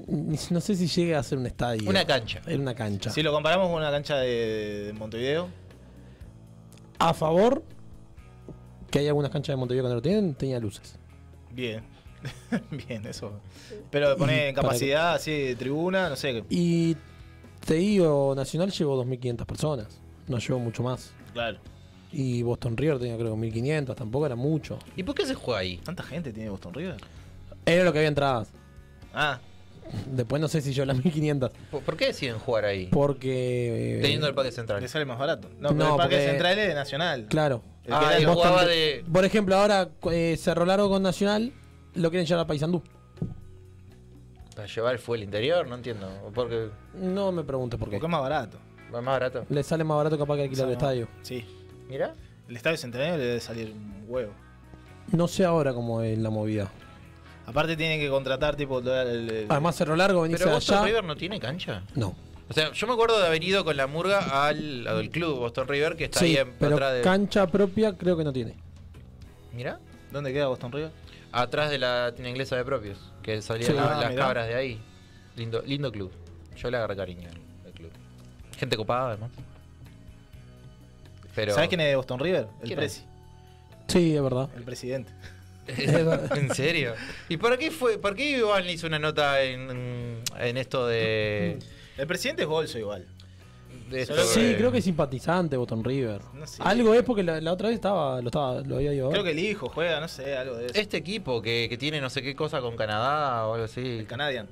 S1: Ni- No sé si llegue a ser un estadio.
S2: Una cancha.
S1: Era una cancha.
S4: Si lo comparamos con una cancha de, de Montevideo,
S1: A favor, que hay algunas canchas de Montevideo que no lo tienen, tenía luces.
S4: bien. bien, eso. Pero
S1: Y
S4: poner en
S1: para-
S4: capacidad así de tribuna, no sé.
S1: Y te digo, Nacional llevó 2.500 personas. No llevó mucho más.
S4: Claro.
S1: Y Boston River tenía creo que 1.500. Tampoco era mucho.
S2: ¿Y por qué se juega ahí?
S4: ¿Tanta gente tiene Boston River?
S1: Era lo que había entradas.
S4: Ah,
S1: Después no sé si yo las 1500.
S2: ¿Por, por qué deciden jugar ahí?
S1: Porque. eh,
S2: Teniendo el parque central.
S4: le sale más barato. No, pero
S1: No,
S4: el parque
S1: porque-
S4: central es de Nacional.
S1: Claro.
S4: El
S2: Ah,
S4: que
S2: y
S4: era
S1: Boston
S2: jugaba
S1: Re-
S2: de.
S1: Por ejemplo, ahora eh, Cerro Largo con Nacional lo quieren llevar a Paysandú.
S2: Para llevar fue el interior, no entiendo. Porque
S1: No me preguntes por qué.
S4: Porque es más barato.
S2: es más barato.
S1: Le sale más barato capaz que alquilar el
S4: O sea,
S1: estadio.
S4: Sí.
S2: Mirá.
S4: El estadio centenario le debe salir un huevo.
S1: No sé ahora cómo es la movida.
S4: Aparte tienen que contratar tipo todo el- el-
S1: Además, Cerro Largo venís
S2: Pero Boston
S1: allá.
S2: River no tiene cancha.
S1: No.
S2: O sea, yo me acuerdo de haber ido con la murga al, al club Boston River, que está
S1: Sí,
S2: bien
S1: pero
S2: atrás de.
S1: cancha propia creo que no tiene.
S2: Mirá.
S4: ¿Dónde queda Boston River?
S2: Atrás de la tienda inglesa de propios, que salían
S1: Sí.
S2: la-
S4: Ah,
S2: las
S4: mirá.
S2: cabras de ahí. Lindo, lindo club. Yo le agarré cariño al al club. Gente copada, además. Pero...
S4: ¿Sabes quién es de Boston River? El
S2: ¿Quién es?
S4: presi.
S1: Sí, es verdad.
S4: El presidente.
S2: ¿En serio? ¿Y por qué fue? ¿Por qué Iván le hizo una nota en, en esto de.
S4: El presidente es bolso igual.
S2: de esto
S4: Creo
S1: Sí,
S2: de-
S1: creo que es simpatizante Boston River.
S4: No sé.
S1: Algo es porque la, la otra vez estaba, lo estaba, lo había ido a ver.
S4: Creo que el hijo juega, no sé, algo de eso.
S2: Este equipo que, que tiene no sé qué cosa con Canadá o algo así.
S4: El Canadian.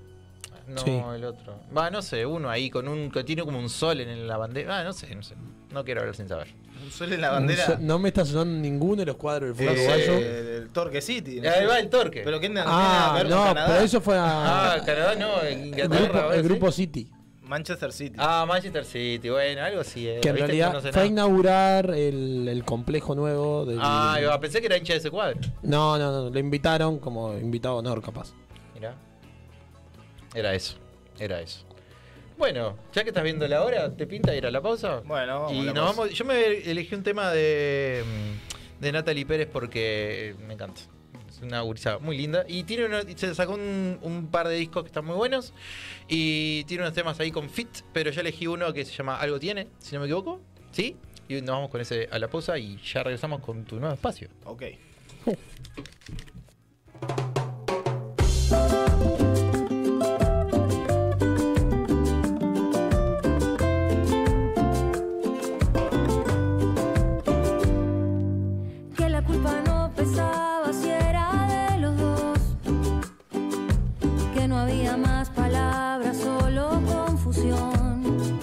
S2: No,
S1: Sí.
S2: el otro. Va, no sé, uno ahí con un que tiene como un sol en la bandera. Ah, no sé, no sé. No quiero hablar sin saber.
S4: Un sol en la bandera.
S1: No sé, No me está sonando ninguno de los cuadros del fútbol
S4: Eh,
S1: uruguayo.
S4: el, el Torque City. no
S2: Ahí
S4: sé.
S2: Eh, va el torque.
S4: Pero que nada
S1: Ah,
S4: tiene nada que ver con
S1: no,
S4: Canadá.
S1: pero eso fue a
S2: ah, Canadá no,
S1: el
S2: Inglaterra.
S1: grupo,
S2: ahora
S1: el
S2: sí.
S1: grupo City.
S4: Eh, Manchester City.
S2: Ah, Manchester City, bueno, algo sí. eh.
S1: Que en
S2: Viste,
S1: realidad
S2: yo no sé
S1: fue a
S2: nada.
S1: inaugurar el, el complejo nuevo. Del,
S2: Ah, ahí va, pensé que era hincha de ese cuadro.
S1: no, no, no, lo invitaron como invitado de honor, capaz.
S2: Mirá. Era eso, era eso. Bueno, ya que estás viendo la hora, ¿te pinta ir a la pausa?
S4: Bueno, vamos
S2: y
S4: a la
S2: nos
S4: pausa.
S2: vamos. Yo me elegí un tema de, mm, de Natalie Pérez porque eh, me encanta. Es una gurizada muy linda. Y tiene una- se sacó un, un par de discos que están muy buenos. Y tiene unos temas ahí con Fit, pero yo elegí uno que se llama Algo Tiene, si no me equivoco. ¿Sí? Y nos vamos con ese a la pausa y ya regresamos con tu nuevo espacio.
S4: Ok.
S5: que la culpa no pesaba si era de los dos, que no había más palabras, solo confusión.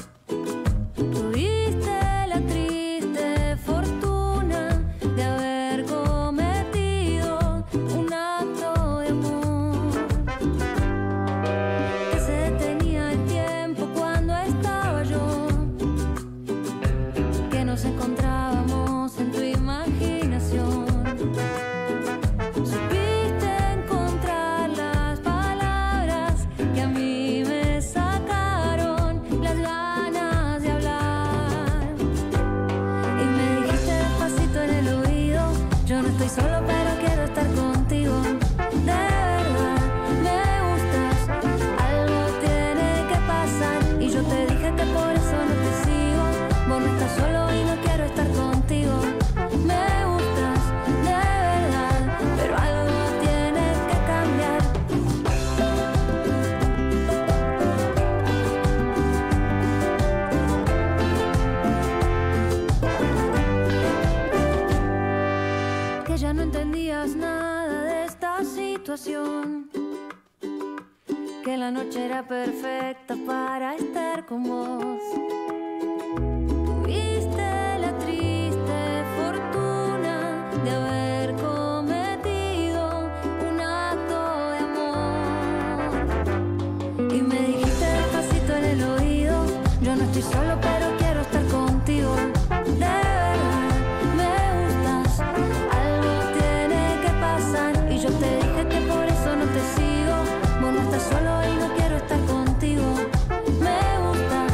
S5: Tuviste la triste fortuna de haber cometido un acto de amor, que se detenía el tiempo cuando estaba yo que nos encontrábamos en tu imaginación. Supiste encontrar las palabras que a mí me sacaron las ganas de hablar. Y me dijiste despacito en el oído, yo no estoy solo pero quiero estar contigo. De verdad, me gustas, algo tiene que pasar. Y yo te dije que por eso no te sigo, vos no estás solo y no quiero estar contigo. Me gustas, de verdad, pero algo tiene que cambiar. que ya no entendías nada de esta situación. Que la noche era perfecta para estar con vos. Tuviste la triste fortuna de haber cometido un acto de amor. Y me dijiste despacito en el oído Yo no estoy solo pero quiero estar contigo De verdad, me gustas Algo tiene que pasar Y yo te dije que por eso no te sigo Vos no estás solo y no quiero estar contigo Me gustas,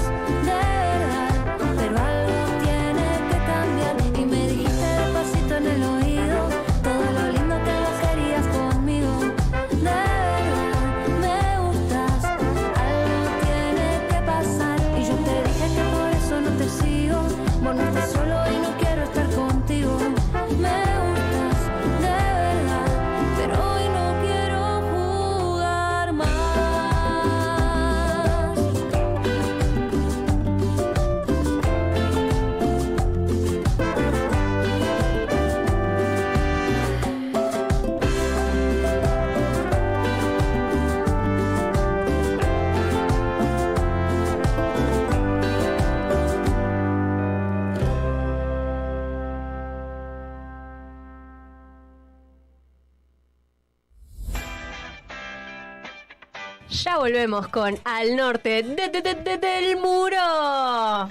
S5: de verdad Pero algo tiene que cambiar Y me dijiste despacito en el oído Todo lo lindo que vos querías conmigo De verdad, me gustas Algo tiene que pasar Y yo te dije que por eso no te sigo Vos no estás solo y no quiero estar contigo Me gustas, de verdad Pero hoy no quiero jugar más
S6: Ya volvemos con Al Norte de- de- de- de- del Muro.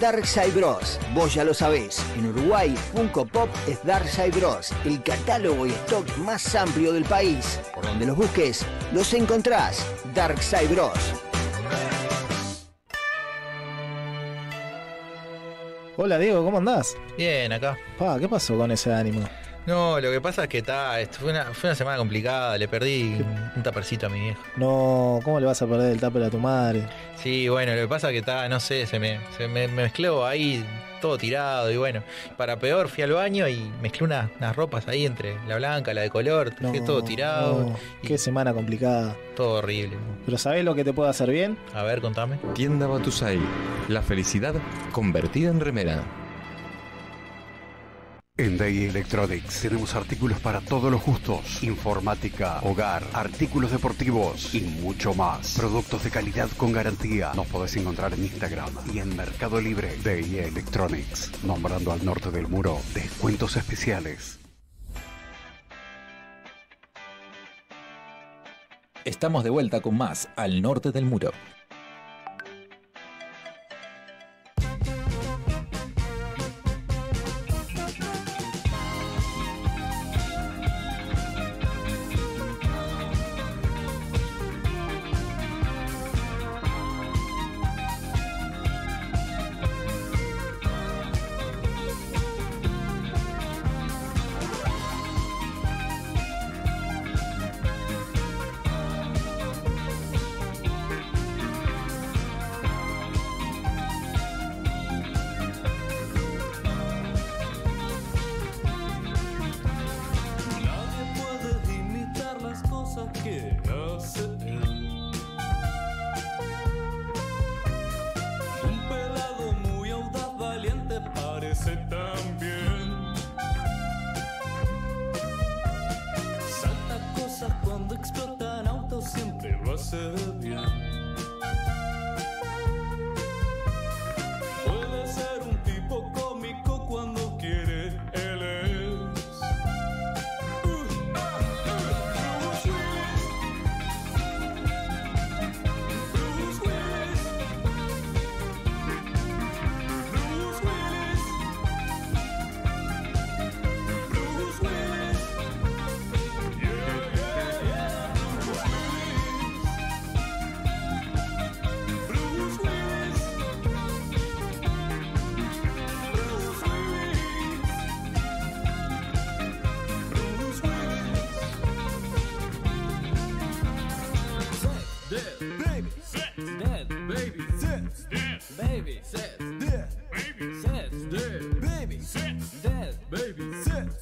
S7: Darkside Bros. Vos ya lo sabés. En Uruguay, Funko Pop es Darkside Bros. El catálogo y stock más amplio del país. Por donde los busques, los encontrás. Darkside Bros.
S4: Hola Diego, ¿cómo andás?
S2: Bien, acá.
S4: Pa, ¿qué pasó con ese ánimo?
S2: No, lo que pasa es que está, esto fue una, fue una semana complicada, le perdí un tapercito a mi vieja.
S4: No, ¿cómo le vas a perder el tupper a tu madre?
S2: Sí, bueno, lo que pasa es que está, no sé, se me, se me, me mezcló ahí todo tirado y bueno, para peor fui al baño y mezclé unas, unas ropas ahí entre la blanca, la de color,
S4: No,
S2: dejé todo tirado,
S4: no,
S2: y-
S4: qué semana complicada.
S2: todo horrible.
S4: Pero ¿sabés lo que te puede hacer bien?
S2: A ver, contame.
S8: Tienda Batusai. La felicidad convertida en remera. En Day Electronics tenemos artículos para todos los gustos, informática, hogar, artículos deportivos y mucho más. Productos de calidad con garantía. Nos podés encontrar en Instagram y en Mercado Libre. Day Electronics, nombrando al norte del muro, descuentos especiales.
S9: Estamos de vuelta con más al norte del muro.
S10: Nadie puede imitar las cosas que hace él. Un pelado muy audaz, valiente, parece también. Salta cosas cuando explotan autos, siempre lo hace bien. Puede ser un tipo cómico cuando quiere, él es. Bruce Willis. Bruce Willis. Bruce Willis. Bruce Willis. Yeah, yeah, yeah. Bruce Willis. Bruce Willis. Bruce Willis. Bruce Willis. Dead baby, sex, dead baby, sex, dead baby, sex, dead baby, sex, dead baby, sex,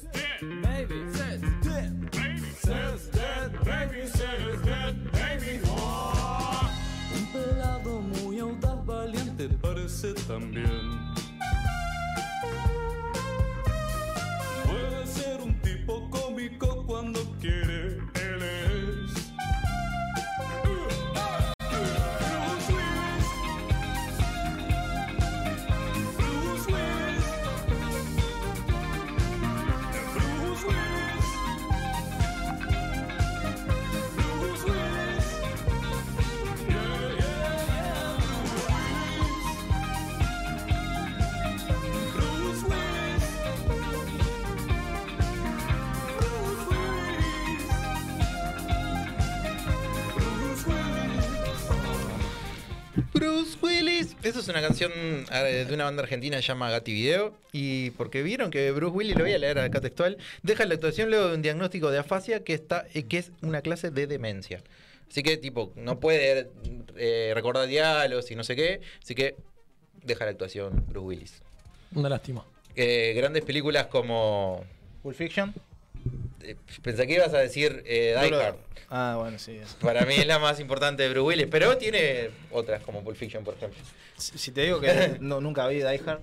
S10: dead baby, sex, dead baby, sex, dead baby, sex, dead baby, sex, dead baby. Un pelado muy audaz, valiente parece también. Puede ser un tipo cómico cuando quiere, él es. Bruce Willis. Bruce Willis. Bruce Willis. Bruce Willis. Yeah, yeah, yeah. Bruce Willis. Bruce Willis. Bruce Willis. Bruce Willis.
S2: Bruce Willis. Eso es una canción eh, de una banda argentina que se llama Gati Video. Y porque vieron que Bruce Willis, lo voy a leer acá textual, deja la actuación luego de un diagnóstico de afasia que, está, eh, que es una clase de demencia. Así que, tipo, no puede eh, recordar diálogos y no sé qué. Así que deja la actuación Bruce Willis.
S1: Una lástima.
S2: Eh, grandes películas como...
S4: Pulp Fiction.
S2: eh, pensé que ibas a decir eh, Die
S4: No lo-
S2: Hard.
S4: Ah, bueno, sí. es-
S2: Para mí es la más importante de Bruce Willis, pero tiene otras como Pulp Fiction, por ejemplo.
S4: Si si te digo que no, nunca vi Die Hard,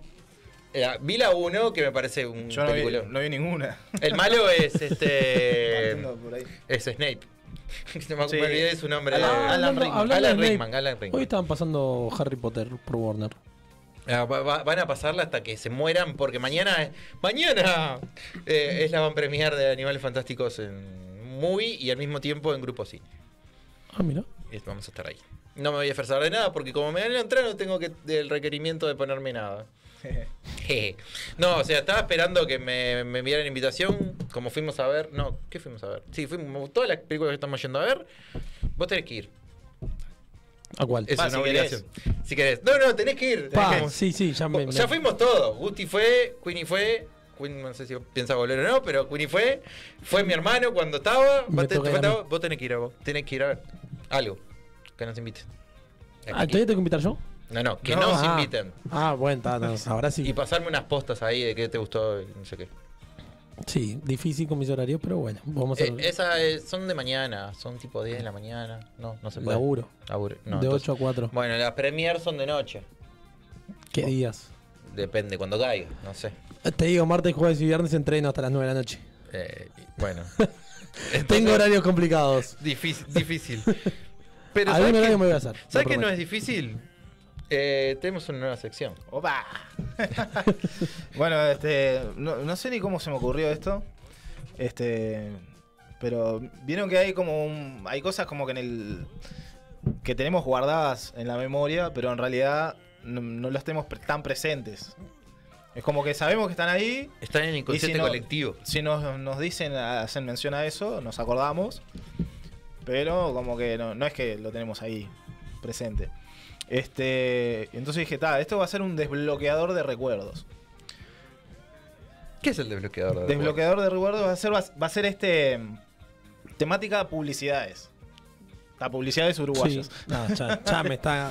S2: Eh, vi la 1, que me parece un
S4: yo no vi,
S2: Mm, película.
S4: no vi ninguna.
S2: El malo es este.
S4: Partiendo por ahí.
S2: es Snape. Se me
S4: Sí.
S2: me olvidé de su nombre.
S4: Alan-
S2: Ah,
S4: Alan
S1: Hablando-
S4: Rickman.
S1: hablando
S2: Alan
S1: de
S2: Rickman,
S1: Snape,
S2: Alan Rickman.
S1: Hoy estaban pasando Harry Potter por Warner.
S2: ah, va- va- van a pasarla hasta que se mueran, porque mañana. ¡Mañana! eh, es la van premier de Animales Fantásticos en Movie y al mismo tiempo en Grupo Cine.
S1: Ah, mira.
S2: Y Vamos a estar ahí. No me voy a esforzar de nada porque como me dan la entrada no tengo que, el requerimiento de ponerme nada. Jeje. no, o sea, estaba esperando que me, me enviaran invitación. Como fuimos a ver. No, ¿qué fuimos a ver? Sí, fuimos todas las películas que estamos yendo a ver. Vos tenés que ir.
S1: ¿A cuál?
S2: Es
S4: Pa,
S2: una
S4: si
S2: obligación. Si querés. No, no, tenés que ir.
S1: Pa,
S2: Tenés que-
S1: sí, sí, ya me.
S2: o sea,
S1: me-
S2: fuimos todos. Gusti fue, Queenie fue. Queen, no sé si piensa volver o no, pero Queenie fue. Fue mi hermano cuando estaba.
S1: Me
S2: Vos, te-
S1: toca
S2: vos
S1: ir a mí.
S2: te- vos tenés que ir a vos. Tenés que ir a ver algo. Que nos inviten.
S1: Ah, ¿Todavía tengo que invitar yo?
S2: No, no, que
S4: No,
S2: nos
S1: Ah.
S2: inviten.
S1: Ah, bueno, ta, ta, ahora
S2: Y
S1: sí.
S2: pasarme unas postas ahí de qué te gustó y no sé qué.
S1: Sí, difícil con mis horarios, pero bueno, vamos a
S2: Eh, esas eh, son de mañana, son tipo 10 de la mañana. No, no se puede.
S1: laburo.
S2: Laburo. No,
S1: de
S2: entonces-
S1: 8 a 4.
S2: Bueno, las premier son de noche.
S1: ¿Qué días?
S2: Depende, cuando caiga, no sé.
S1: Te digo, martes, jueves y viernes entreno hasta las 9 de la noche.
S2: Eh, y- bueno.
S1: Tengo horarios complicados.
S2: Difícil, difícil. Pero
S1: Algún
S2: ¿sabes qué?
S1: horario me voy a hacer, lo
S2: ¿Sabes qué no
S1: prometo.
S2: es difícil? Eh, tenemos una nueva sección.
S4: ¡Opa! bueno, este, no, no sé ni cómo se me ocurrió esto. Este, pero vieron que hay como un- hay cosas como que en el que tenemos guardadas en la memoria, pero en realidad no, no las tenemos pre- tan presentes. Es como que sabemos que están ahí.
S2: Están en el inconsciente
S4: no-
S2: colectivo.
S4: Si nos, nos dicen, hacen mención a eso, nos acordamos. Pero como que no, no es que lo tenemos ahí presente. Este, entonces dije, ta, esto va a ser un desbloqueador de recuerdos.
S2: ¿Qué es el desbloqueador? de
S4: Desbloqueador de recuerdos va a ser, va, a ser este mm, temática publicidades. La publicidades uruguayas.
S1: Sí. No, ya, ya me está.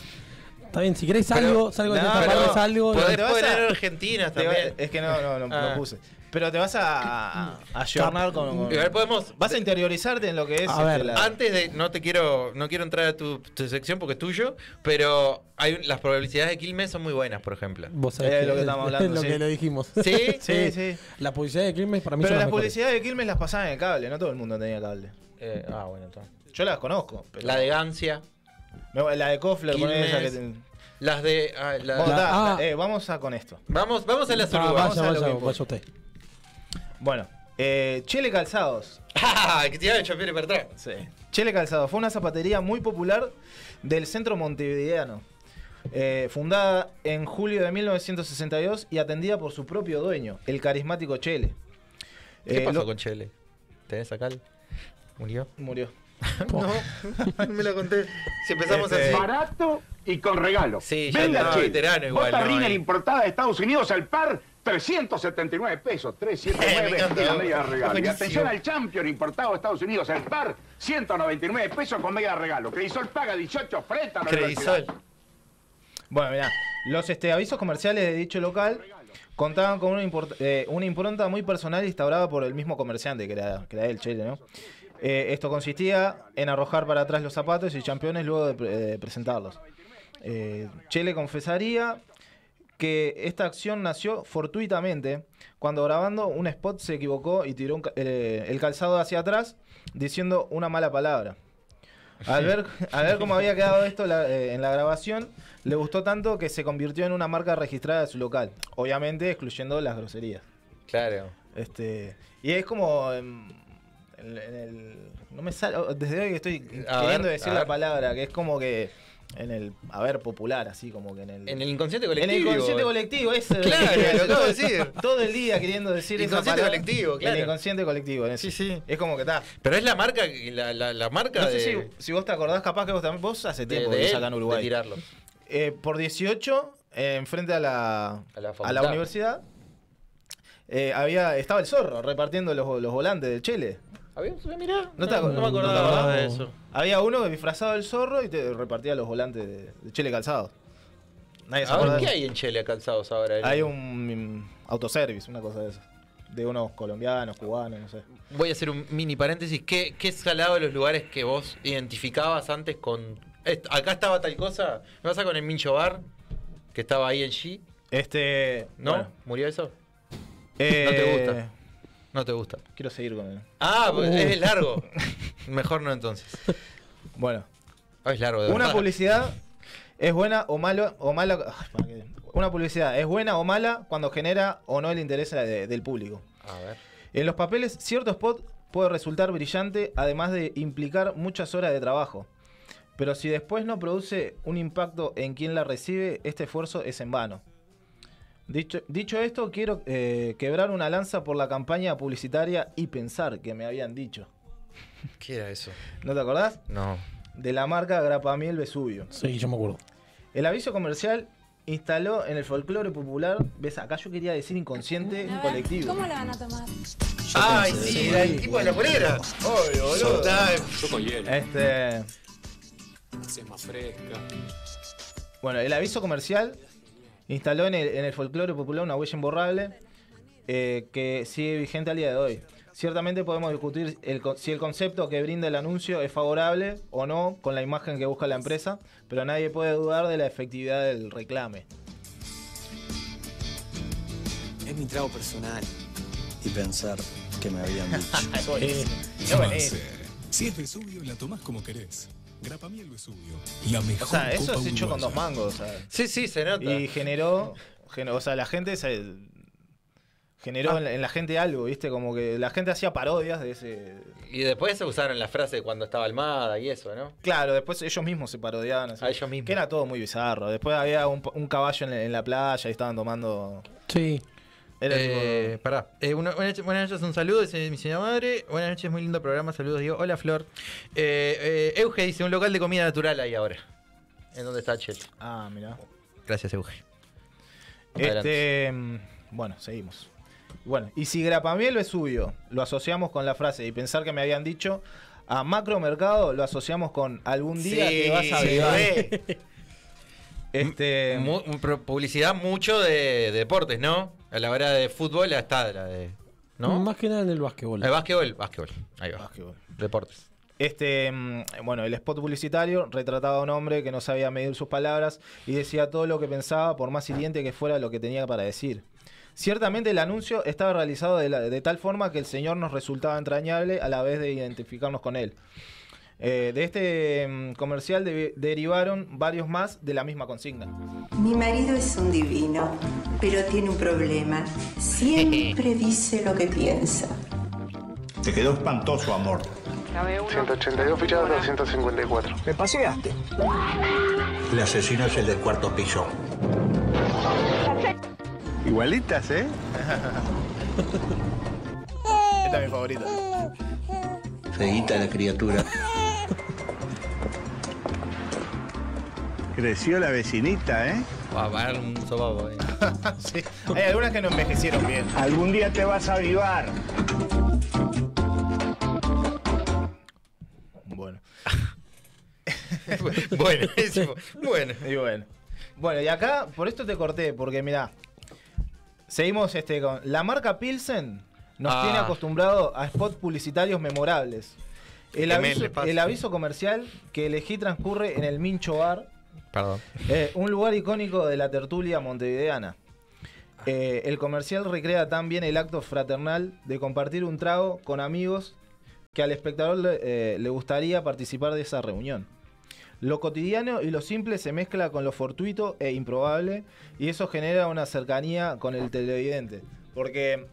S1: Está bien, si querés algo, salgo de
S4: No,
S1: esta
S4: pero
S1: parte, salgo. y-
S2: podés
S4: te vas
S2: poner
S4: a-
S2: Argentina
S4: te va-
S2: también.
S4: es que no, no, no, no
S2: Ah.
S4: puse. Pero te vas a, a, a ayornar con, con-
S2: Igual podemos-
S4: Vas a interiorizarte en lo que es.
S2: A
S4: este,
S2: ver,
S4: la-
S2: antes de. No te quiero. No quiero entrar a tu, tu sección porque es tuyo. Pero hay un- las probabilidades de Quilmes son muy buenas, por ejemplo.
S1: Vos sabés
S4: Eh, lo que estamos hablando,
S1: lo
S4: sí.
S1: que lo dijimos.
S2: ¿Sí?
S4: Sí, sí.
S1: La publicidad de Crimes para mí
S4: Pero
S1: son
S4: las
S1: las mejores.
S4: publicidades de Quilmes las pasaban en el cable, no todo el mundo tenía cable.
S2: Eh, ah, bueno, entonces.
S4: Yo las conozco. pero-
S2: La de Gancia.
S4: Me- la de Kofler, con
S2: Quilmes,
S4: esa que te-
S2: Las de. ah, la-
S4: Bueno,
S2: la-
S4: ta, ta, eh, vamos a con esto.
S2: vamos, vamos a las
S1: Ah,
S2: Uruguay.
S1: vaya,
S2: vamos a lo
S1: vaya,
S2: que importa.
S1: vaya usted.
S4: Bueno, eh, Chele Calzados.
S2: Ah, que te iba a echar pieles para atrás.
S4: Sí. Chele Calzado fue una zapatería muy popular del centro montevideano, eh, fundada en julio de 1962 y atendida por su propio dueño, el carismático Chele.
S2: ¿Qué
S4: Eh,
S2: pasó
S4: lo-
S2: con Chele? ¿Tenés acá? el- ¿Murió?
S4: Murió.
S2: no me lo conté. Si empezamos
S4: Este-
S2: así.
S11: Barato y con regalo.
S2: Sí, ya
S11: Venga,
S2: estaba
S11: che.
S2: veterano igual.
S11: Bota
S2: ¿no?
S11: Riner
S2: Eh.
S11: importada de Estados Unidos al par, 379 pesos.
S2: Eh, Me
S11: 379
S2: encanta.
S11: y la media de regalo. Y
S2: Buenísimo.
S11: atención al Champion importado de Estados Unidos al par, 199 pesos con media de regalo. Credisol paga 18 frente a la
S2: Credisol.
S11: universidad.
S4: Bueno, mirá, los este, avisos comerciales de dicho local contaban con una, import- eh, una impronta muy personal instaurada por el mismo comerciante, que era, que era él, Chele, ¿no? Eh, esto consistía en arrojar para atrás los zapatos y campeones luego de, pre- de presentarlos. Eh, Chele confesaría que esta acción nació fortuitamente cuando grabando un spot se equivocó y tiró un ca- eh, el calzado hacia atrás diciendo una mala palabra. Al ver, al ver cómo había quedado esto la- eh, en la grabación, le gustó tanto que se convirtió en una marca registrada de su local, obviamente excluyendo las groserías.
S2: Claro.
S4: Este, y es como em, en, en el- no me sale, oh, desde hoy que estoy
S2: A
S4: queriendo
S2: ver,
S4: decir
S2: a
S4: la
S2: ver.
S4: palabra, que es como que en el haber popular, así como que en el
S2: En el inconsciente
S4: en
S2: colectivo.
S4: el inconsciente colectivo, eso es
S2: Claro,
S4: que-
S2: lo acabo de
S4: todo-
S2: decir.
S4: Todo el día queriendo decir esa
S2: Inconsciente
S4: palabra.
S2: colectivo, claro.
S4: El inconsciente colectivo, en eso.
S2: Sí, sí.
S4: Es como que está.
S2: Pero es la marca, la, la, la marca
S4: No sé
S2: de,
S4: si, si vos te acordás, capaz que vos también. Vos hace
S2: de,
S4: tiempo
S2: de
S4: que
S2: él,
S4: sacan Uruguay.
S2: de tirarlo.
S4: Eh, por 18, eh, enfrente a la,
S2: A la
S4: a la
S2: facultad.
S4: universidad, eh, había, estaba el zorro repartiendo los, los volantes del Chile.
S2: Había un- mirá,
S4: No
S2: no,
S4: te acu-
S2: no me
S4: pues, no te
S2: acordaba
S1: acordás.
S2: de eso.
S4: Había uno que disfrazaba el zorro y te repartía los volantes de, de Chile calzado. Nadie se
S2: Ahora,
S4: acuerda.
S2: Ah, ¿qué hay en Chile a calzados ahora? El-
S4: Hay un mm, autoservice, una cosa de eso. De unos colombianos, cubanos, no sé.
S2: Voy a hacer un mini paréntesis. ¿Qué, qué salado de los lugares que vos identificabas antes con. "Est- acá estaba tal cosa? ¿Me pasa con el Mincho Bar? Que estaba ahí en G.
S4: Este.
S2: ¿No?
S4: bueno,
S2: ¿Murió eso?
S4: eh,
S2: No te gusta. No te gusta.
S4: Quiero seguir con él.
S2: Ah, pues es largo. Mejor no entonces.
S4: Bueno.
S2: Ah, es largo, de
S4: Una
S2: verdad.
S4: publicidad es buena o mala o mala. ay, para que- Una publicidad es buena o mala cuando genera o no el interés de- del público.
S2: A ver.
S4: En los papeles, cierto spot puede resultar brillante, además de implicar muchas horas de trabajo. Pero si después no produce un impacto en quien la recibe, este esfuerzo es en vano. Dicho, dicho esto, quiero eh, quebrar una lanza por la campaña publicitaria y pensar que me habían dicho.
S2: ¿Qué era eso?
S4: ¿No te acordás?
S2: No.
S4: De la marca Grapamiel Vesubio.
S1: Sí, yo me acuerdo.
S4: El aviso comercial instaló en el folclore popular, ves, acá yo quería decir inconsciente colectivo.
S5: la van a tomar?
S2: Ay, sí, era el tipo de la polera. Obvio, boludo.
S10: Yo con hielo.
S4: Este,
S10: Es más fresca.
S4: bueno, el aviso comercial instaló en el, en el folclore popular una huella imborrable eh, que sigue vigente al día de hoy. Ciertamente podemos discutir el con- si el concepto que brinda el anuncio es favorable o no con la imagen que busca la empresa, pero nadie puede dudar de la efectividad del reclame.
S12: mi trago personal y pensar que me habían dicho.
S4: Eh,
S13: ¿Qué va a ser? Si es Vesubio, la tomás como querés. Grapamiel Vesubio. La mejor
S4: O sea, eso
S13: copa
S4: es hecho con
S13: uruguaya.
S4: dos mangos.
S2: Sí, sí, se nota.
S4: Y generó, gen- o sea, la gente se, generó en, la, en la gente algo, ¿viste? Como que la gente hacía parodias de ese...
S2: Y después se usaron la frase de cuando estaba Almada y eso, ¿no?
S4: Claro, después ellos mismos se parodiaban. Así, Ah, ellos mismos. Que era todo muy bizarro. Después había un, un caballo en la, en la playa y estaban tomando...
S1: Sí.
S2: Eh, pará. Eh, una- buenas, noches- buenas noches, un saludo, dice mi señora madre. Buenas noches, muy lindo programa, saludos, digo. Hola, Flor. Eh, eh, Euge dice, un local de comida natural ahí ahora. ¿En dónde está Chel?
S4: Ah, mirá.
S2: Gracias, Euge.
S4: Este, mm, bueno, seguimos. Bueno, y si Grapamiel Vesubio lo asociamos con la frase y pensar que me habían dicho, a macromercado lo asociamos con algún día
S2: Sí,
S4: que vas a
S2: sí,
S4: vivir. este,
S2: Mu- mu- pro- publicidad mucho de, de deportes, ¿no? A la hora de fútbol hasta la de... ¿No?
S1: Mm, Más que nada en el básquetbol.
S2: El básquetbol, básquetbol. Ahí va. Deportes.
S4: ah, Este, mm, bueno, el spot publicitario retrataba a un hombre que no sabía medir sus palabras y decía todo lo que pensaba, por más hiriente que fuera lo que tenía para decir. Ciertamente el anuncio estaba realizado de, la- de tal forma que el señor nos resultaba entrañable a la vez de identificarnos con él. Eh, de este mm, comercial de- derivaron varios más de la misma consigna.
S14: Mi marido es un divino, pero tiene un problema. Siempre dice lo que piensa.
S15: Te quedó espantoso, amor.
S16: 182 fichadas de 154.
S15: Me paseaste. El asesino es el del cuarto piso. Igualitas, ¿eh?
S4: Esta es mi favorita.
S15: Feíta la criatura. Creció la vecinita, ¿eh?
S2: Va a parar un sopapo. eh.
S4: Sí. Hay algunas que no envejecieron bien.
S15: Algún día te vas a avivar.
S4: Bueno.
S2: bueno, bueno.
S4: Y bueno. Bueno, y acá, por esto te corté, porque mirá, seguimos este con. La marca Pilsen nos
S2: Ah.
S4: tiene acostumbrado a spots publicitarios memorables. El
S2: Que me
S4: aviso,
S2: le pasa.
S4: el aviso comercial que elegí transcurre en el Mincho Bar,
S2: Perdón.
S4: eh, un lugar icónico de la tertulia montevideana. Eh, el comercial recrea tan bien el acto fraternal de compartir un trago con amigos que al espectador le, eh, le gustaría participar de esa reunión. Lo cotidiano y lo simple se mezcla con lo fortuito e improbable y eso genera una cercanía con el televidente. Porque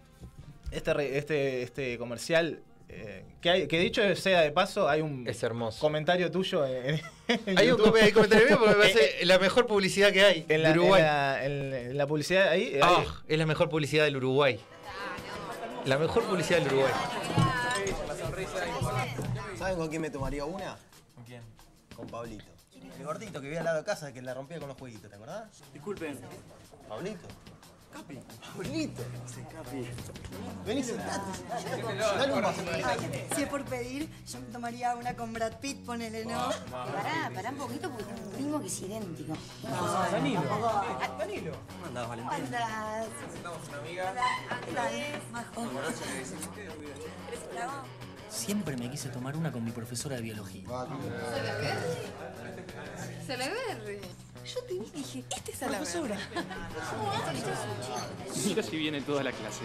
S4: este, re- este, este comercial, eh, que, hay- que dicho sea de paso, hay un comentario tuyo en, en
S2: Hay un
S4: YouTube.
S2: com- hay comentario mío porque me parece la mejor publicidad que hay
S4: En la,
S2: de Uruguay.
S4: en la- en la- en la publicidad ahí. ahí-
S2: Ah, es la mejor publicidad del Uruguay. La mejor publicidad del Uruguay.
S12: ¿Saben con quién me tomaría una? ¿Con quién? Con Pablito. El gordito que vivía al lado de casa que la rompía con los jueguitos, ¿te acordás? Disculpen. ¿Pablito? Capi. ¿Pablito? Sí, Capi. Vení, sentate. Dale un vaso.
S17: Si es por pedir, yo me tomaría una con Brad Pitt, ponele, ¿no?
S18: Pará, pará un poquito porque tengo un primo que es idéntico.
S17: No, Danilo.
S18: Danilo.
S12: ¿Cómo andás, Valentín?
S17: András.
S12: una amiga. Siempre me quise tomar una con mi profesora de biología.
S18: Se la agarre. Yo te vi y dije, este es a la
S17: Profesora.
S3: Mira si viene toda la clase.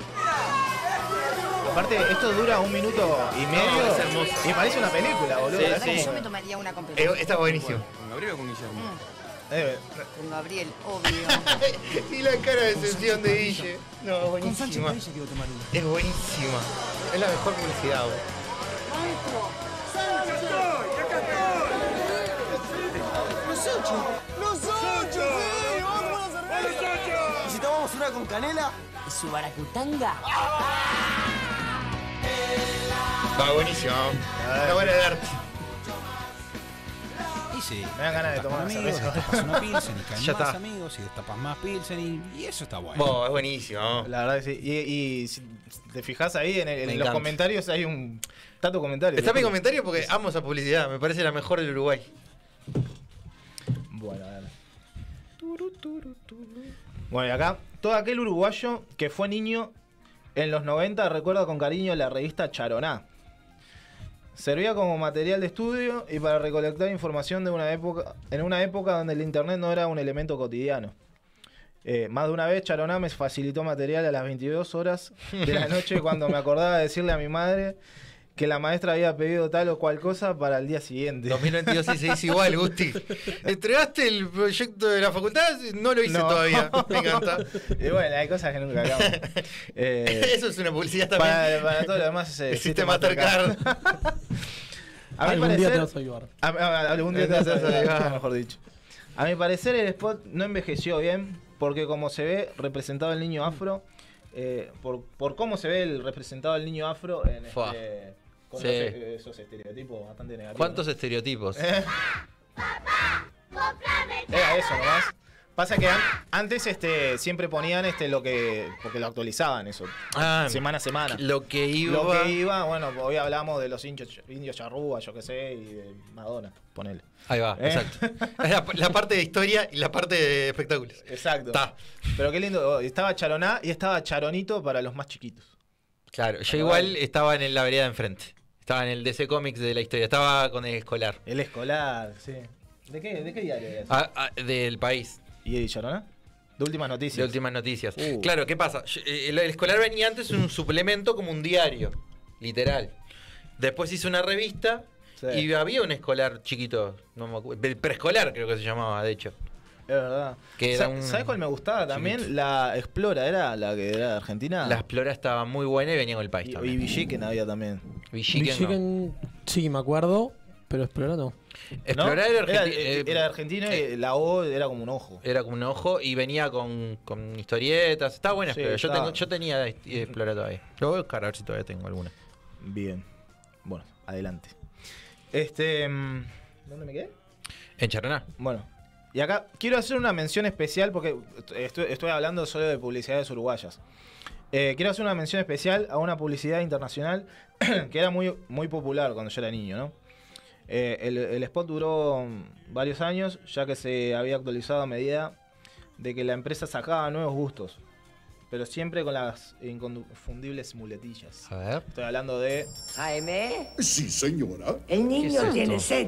S4: Aparte, esto dura un minuto y medio.
S3: es hermoso.
S4: Y parece una película, boludo.
S18: Sí,
S4: Es
S18: sí.
S4: como-
S18: Yo me tomaría una con
S2: Eh,
S18: Pelé.
S3: ¿Con Gabriel o con Guillermo?
S4: Eh,
S18: Con Gabriel, obvio.
S2: y la cara de decepción de Guille. No, buenísima. Es buenísima. Es la mejor publicidad, güey.
S12: ¡Los ocho! ¡Los ocho! ¡Sí! ¡Vamos con la cerveza! ¿Y si tomamos una con canela? ¿Y su baracutanga?
S2: Va buenísimo. Una buena de arte.
S15: Y sí.
S4: Me dan ganas de tomar una
S15: amigos,
S4: cerveza.
S15: destapas una pilsen, y caen
S4: Ya
S15: más
S4: está.
S15: amigos, y destapas más pilsen, y, y eso está bueno.
S2: Bo, es buenísimo.
S4: La verdad que sí. Y, y si te fijas ahí en, el- en
S2: Me
S4: los
S2: encanta.
S4: comentarios, hay un. Está tu comentario.
S2: Está mi
S4: disculpa.
S2: comentario porque amo esa publicidad. Me parece la mejor del Uruguay.
S4: Bueno, a ver. Bueno, y acá, todo aquel uruguayo que fue niño en los 90 recuerda con cariño la revista Charoná. Servía como material de estudio y para recolectar información de una época, en una época donde el internet no era un elemento cotidiano. Eh, más de una vez Charona me facilitó material a las 22 horas de la noche cuando me acordaba de decirle a mi madre que la maestra había pedido tal o cual cosa para el día siguiente.
S2: 2022 sí se dice igual, Gusti. ¿Entregaste el proyecto de la facultad? No lo hice
S4: No.
S2: todavía. Me encanta.
S4: Y bueno, hay cosas que nunca acaban. Eh,
S2: Eso es una publicidad también.
S4: para, para todo lo demás eh, es
S2: El sistema Mastercard.
S4: A mi
S1: Algún
S4: parecer,
S1: día te vas a ayudar.
S4: a- a- algún día te vas a ayudar, mejor dicho. A mi parecer el spot no envejeció bien porque como se ve representado el niño afro, eh, por, por cómo se ve el representado el niño afro en
S2: Fua.
S4: este, con
S2: Sí.
S4: los, eh, esos estereotipos bastante negativos.
S2: ¿Cuántos
S4: ¿no?
S2: estereotipos?
S4: Eh. Era eso nomás. Pasa que an- antes este, siempre ponían este lo que. porque lo actualizaban eso.
S2: Ah,
S4: semana a semana.
S2: Lo que iba.
S4: Lo que iba, bueno, hoy hablamos de los indios, indios charrúa, yo qué sé, y de Madonna, ponele.
S2: Ahí va,
S4: Eh.
S2: exacto. Es La, la parte de historia y la parte de espectáculos.
S4: Exacto.
S2: Ta.
S4: Pero qué lindo, oh, estaba Charoná y estaba Charonito para los más chiquitos.
S2: Claro, yo igual estaba en la vereda de enfrente. Estaba en el DC Comics de la historia. Estaba con el escolar.
S4: El escolar, sí. ¿De qué, de qué diario era eso?
S2: Ah, ah, del país.
S4: ¿Y Charoná? De últimas noticias.
S2: De últimas noticias.
S4: Uh.
S2: Claro, ¿qué pasa? Yo- eh, El, el escolar venía antes un suplemento como un diario, literal. Después hizo una revista
S4: Sí.
S2: y había un escolar chiquito, no me acuerdo, del preescolar creo que se llamaba, de hecho.
S4: Es verdad.
S2: Que era
S4: Sa-
S2: un-
S4: ¿Sabes cuál me gustaba también? La Explora, era la que era de Argentina.
S2: La explora estaba muy buena y venía con el país
S4: Ah. Y, y
S2: también.
S4: Villiquen había también.
S2: Villiquen no.
S1: Chicken, sí, me acuerdo, pero Explora no.
S2: Explorar
S4: ¿No?
S2: era, argenti-
S4: Era,
S2: eh,
S4: era argentino y la O era como un ojo.
S2: era como un ojo y venía con, con historietas. Estaba buena
S4: Sí,
S2: Explora. Yo,
S4: estaba.
S2: tengo, yo tenía eh, Explora todavía. Lo voy a buscar a ver si todavía tengo alguna.
S4: Bien. Bueno, adelante. Este. mm, ¿Dónde me quedé?
S2: En Charná.
S4: Bueno. Y acá quiero hacer una mención especial porque estoy, estoy hablando solo de publicidades uruguayas. Eh, quiero hacer una mención especial a una publicidad internacional que era muy, muy popular cuando yo era niño, ¿no? Eh, el, el spot duró mm, varios años, ya que se había actualizado a medida de que la empresa sacaba nuevos gustos, pero siempre con las inconfundibles muletillas.
S2: A ver.
S4: Estoy hablando de.
S19: Jaime,
S4: Sí, señora.
S19: el niño tiene sed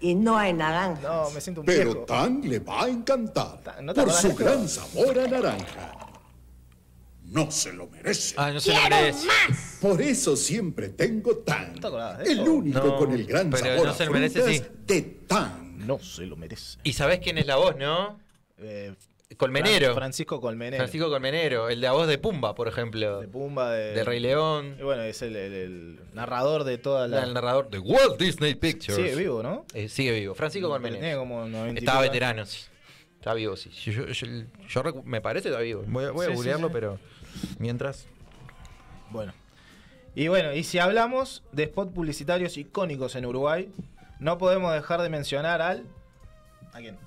S19: y no hay naranja.
S4: No, me siento un
S19: Pero
S4: viejo.
S19: tan
S20: le va a encantar
S4: no te
S20: por
S4: acordás
S20: su
S4: de esto.
S20: gran sabor a naranja. No se lo merece.
S2: Ah, no se lo ¡Quiero merece.
S20: más! Por eso siempre tengo tan.
S4: acordás de
S20: El
S4: esto?
S20: único
S2: No,
S20: con el gran
S2: pero
S20: sabor
S2: no
S20: a
S2: se lo merece,
S20: frutas
S2: sí.
S20: de tan.
S4: No se lo merece.
S2: Y sabés quién es la voz, ¿no?
S4: Eh,
S2: Colmenero.
S4: Fran- Francisco Colmenero.
S2: Francisco Colmenero, el de la voz de Pumba, por ejemplo.
S4: de Pumba, de,
S2: Del Rey León.
S4: Y bueno, es el, el- el narrador de toda la.
S2: El narrador de Walt Disney Pictures.
S4: Sigue vivo, ¿no?
S2: Eh, sigue vivo. Francisco
S4: Tiene
S2: Colmenero.
S4: como 90 y
S2: Estaba
S4: pico.
S2: veterano, sí. Está vivo, sí. Yo, yo- yo- yo recu- me parece que está vivo. Voy a, voy a
S4: Sí, sí,
S2: googlearlo,
S4: sí.
S2: pero mientras.
S4: Bueno. Y bueno, y si hablamos de spots publicitarios icónicos en Uruguay, no podemos dejar de mencionar al. ¿A quién?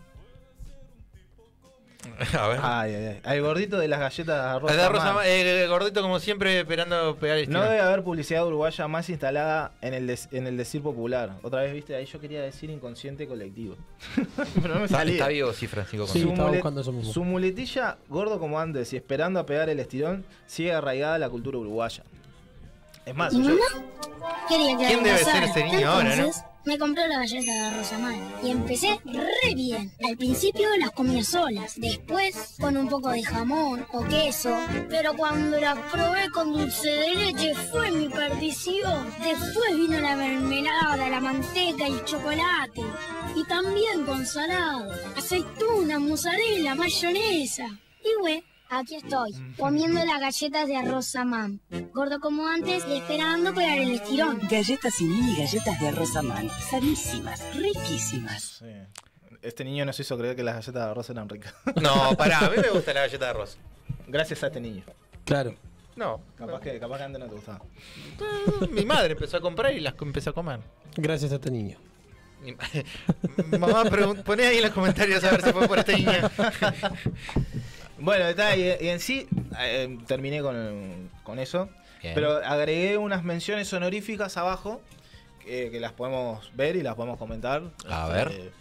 S2: A ver.
S4: Ay, ay, ay. Al gordito de las galletas Ah, Rosa.
S2: La Rosa
S4: Man.
S2: Ma- eh, gordito, como siempre, esperando pegar el
S4: No
S2: tiro.
S4: debe haber publicidad uruguaya más instalada en el, des- en el decir popular. Otra vez, viste, ahí yo quería decir inconsciente colectivo. Pero no me
S2: está,
S4: salía.
S2: está vivo, sí, Francisco
S1: Sí,
S2: Colmenero.
S1: estaba
S4: mulet-
S1: buscando eso mismo.
S4: su muletilla, gordo como antes y esperando a pegar el estirón, sigue arraigada a la cultura uruguaya. Es más, yo-
S21: Quería que
S4: ¿Quién
S21: me
S4: debe
S21: casara.
S4: ser ese niño ahora, no?
S21: Entonces, Me compré la galleta de Rosamán y empecé re bien. Al principio las comía solas, después con un poco de jamón o queso, pero cuando las probé con dulce de leche fue mi perdición. Después vino la mermelada, la manteca, el chocolate y también con salado, aceituna, mozzarella, mayonesa. Y güey, aquí estoy, comiendo las galletas de arroz samán. Gordo como antes y esperando pegar el estirón.
S22: Galletas y mini galletas de Rosamán. Sanísimas, riquísimas.
S4: Sí. Este niño nos hizo creer que las galletas de arroz eran ricas.
S2: No, pará, a mí me gusta la galleta de arroz.
S4: Gracias a este niño.
S1: Claro.
S2: No,
S4: Capaz que, capaz que antes no te gustaba.
S2: mi madre empezó a comprar y las empezó a comer.
S1: Gracias a este niño.
S2: Mi ma- Mamá, pregun- poné ahí en los comentarios a ver si fue por este niño.
S4: Bueno, está, y, y en sí eh, terminé con, con eso.
S2: Bien.
S4: Pero agregué unas menciones honoríficas abajo eh, que, que las podemos ver y las podemos comentar.
S2: A ver.
S4: Eh,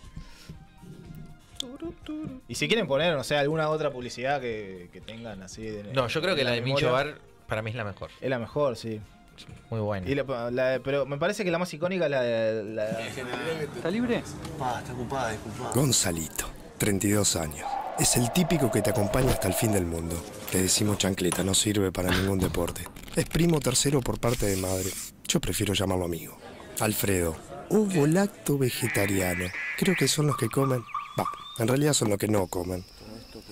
S4: y si quieren poner, no sé, alguna otra publicidad que, que tengan así. de-
S2: No, yo creo
S4: en
S2: que la de
S4: memoria,
S2: Micho Bar para mí es la mejor.
S4: Es la mejor, sí.
S2: Muy buena.
S4: Y la- la de- pero me parece que la más icónica es la de. la-
S3: ¿Está libre?
S12: Pa, está ocupada, disculpa.
S23: Gonzalito, 32 años,
S6: Es el típico que te acompaña hasta el fin del mundo. Le decimos chancleta, no sirve para ningún deporte. Es primo tercero por parte de madre. Yo prefiero llamarlo amigo. Alfredo, ovo lacto vegetariano. Creo que son los que comen. Va, en realidad son los que no comen.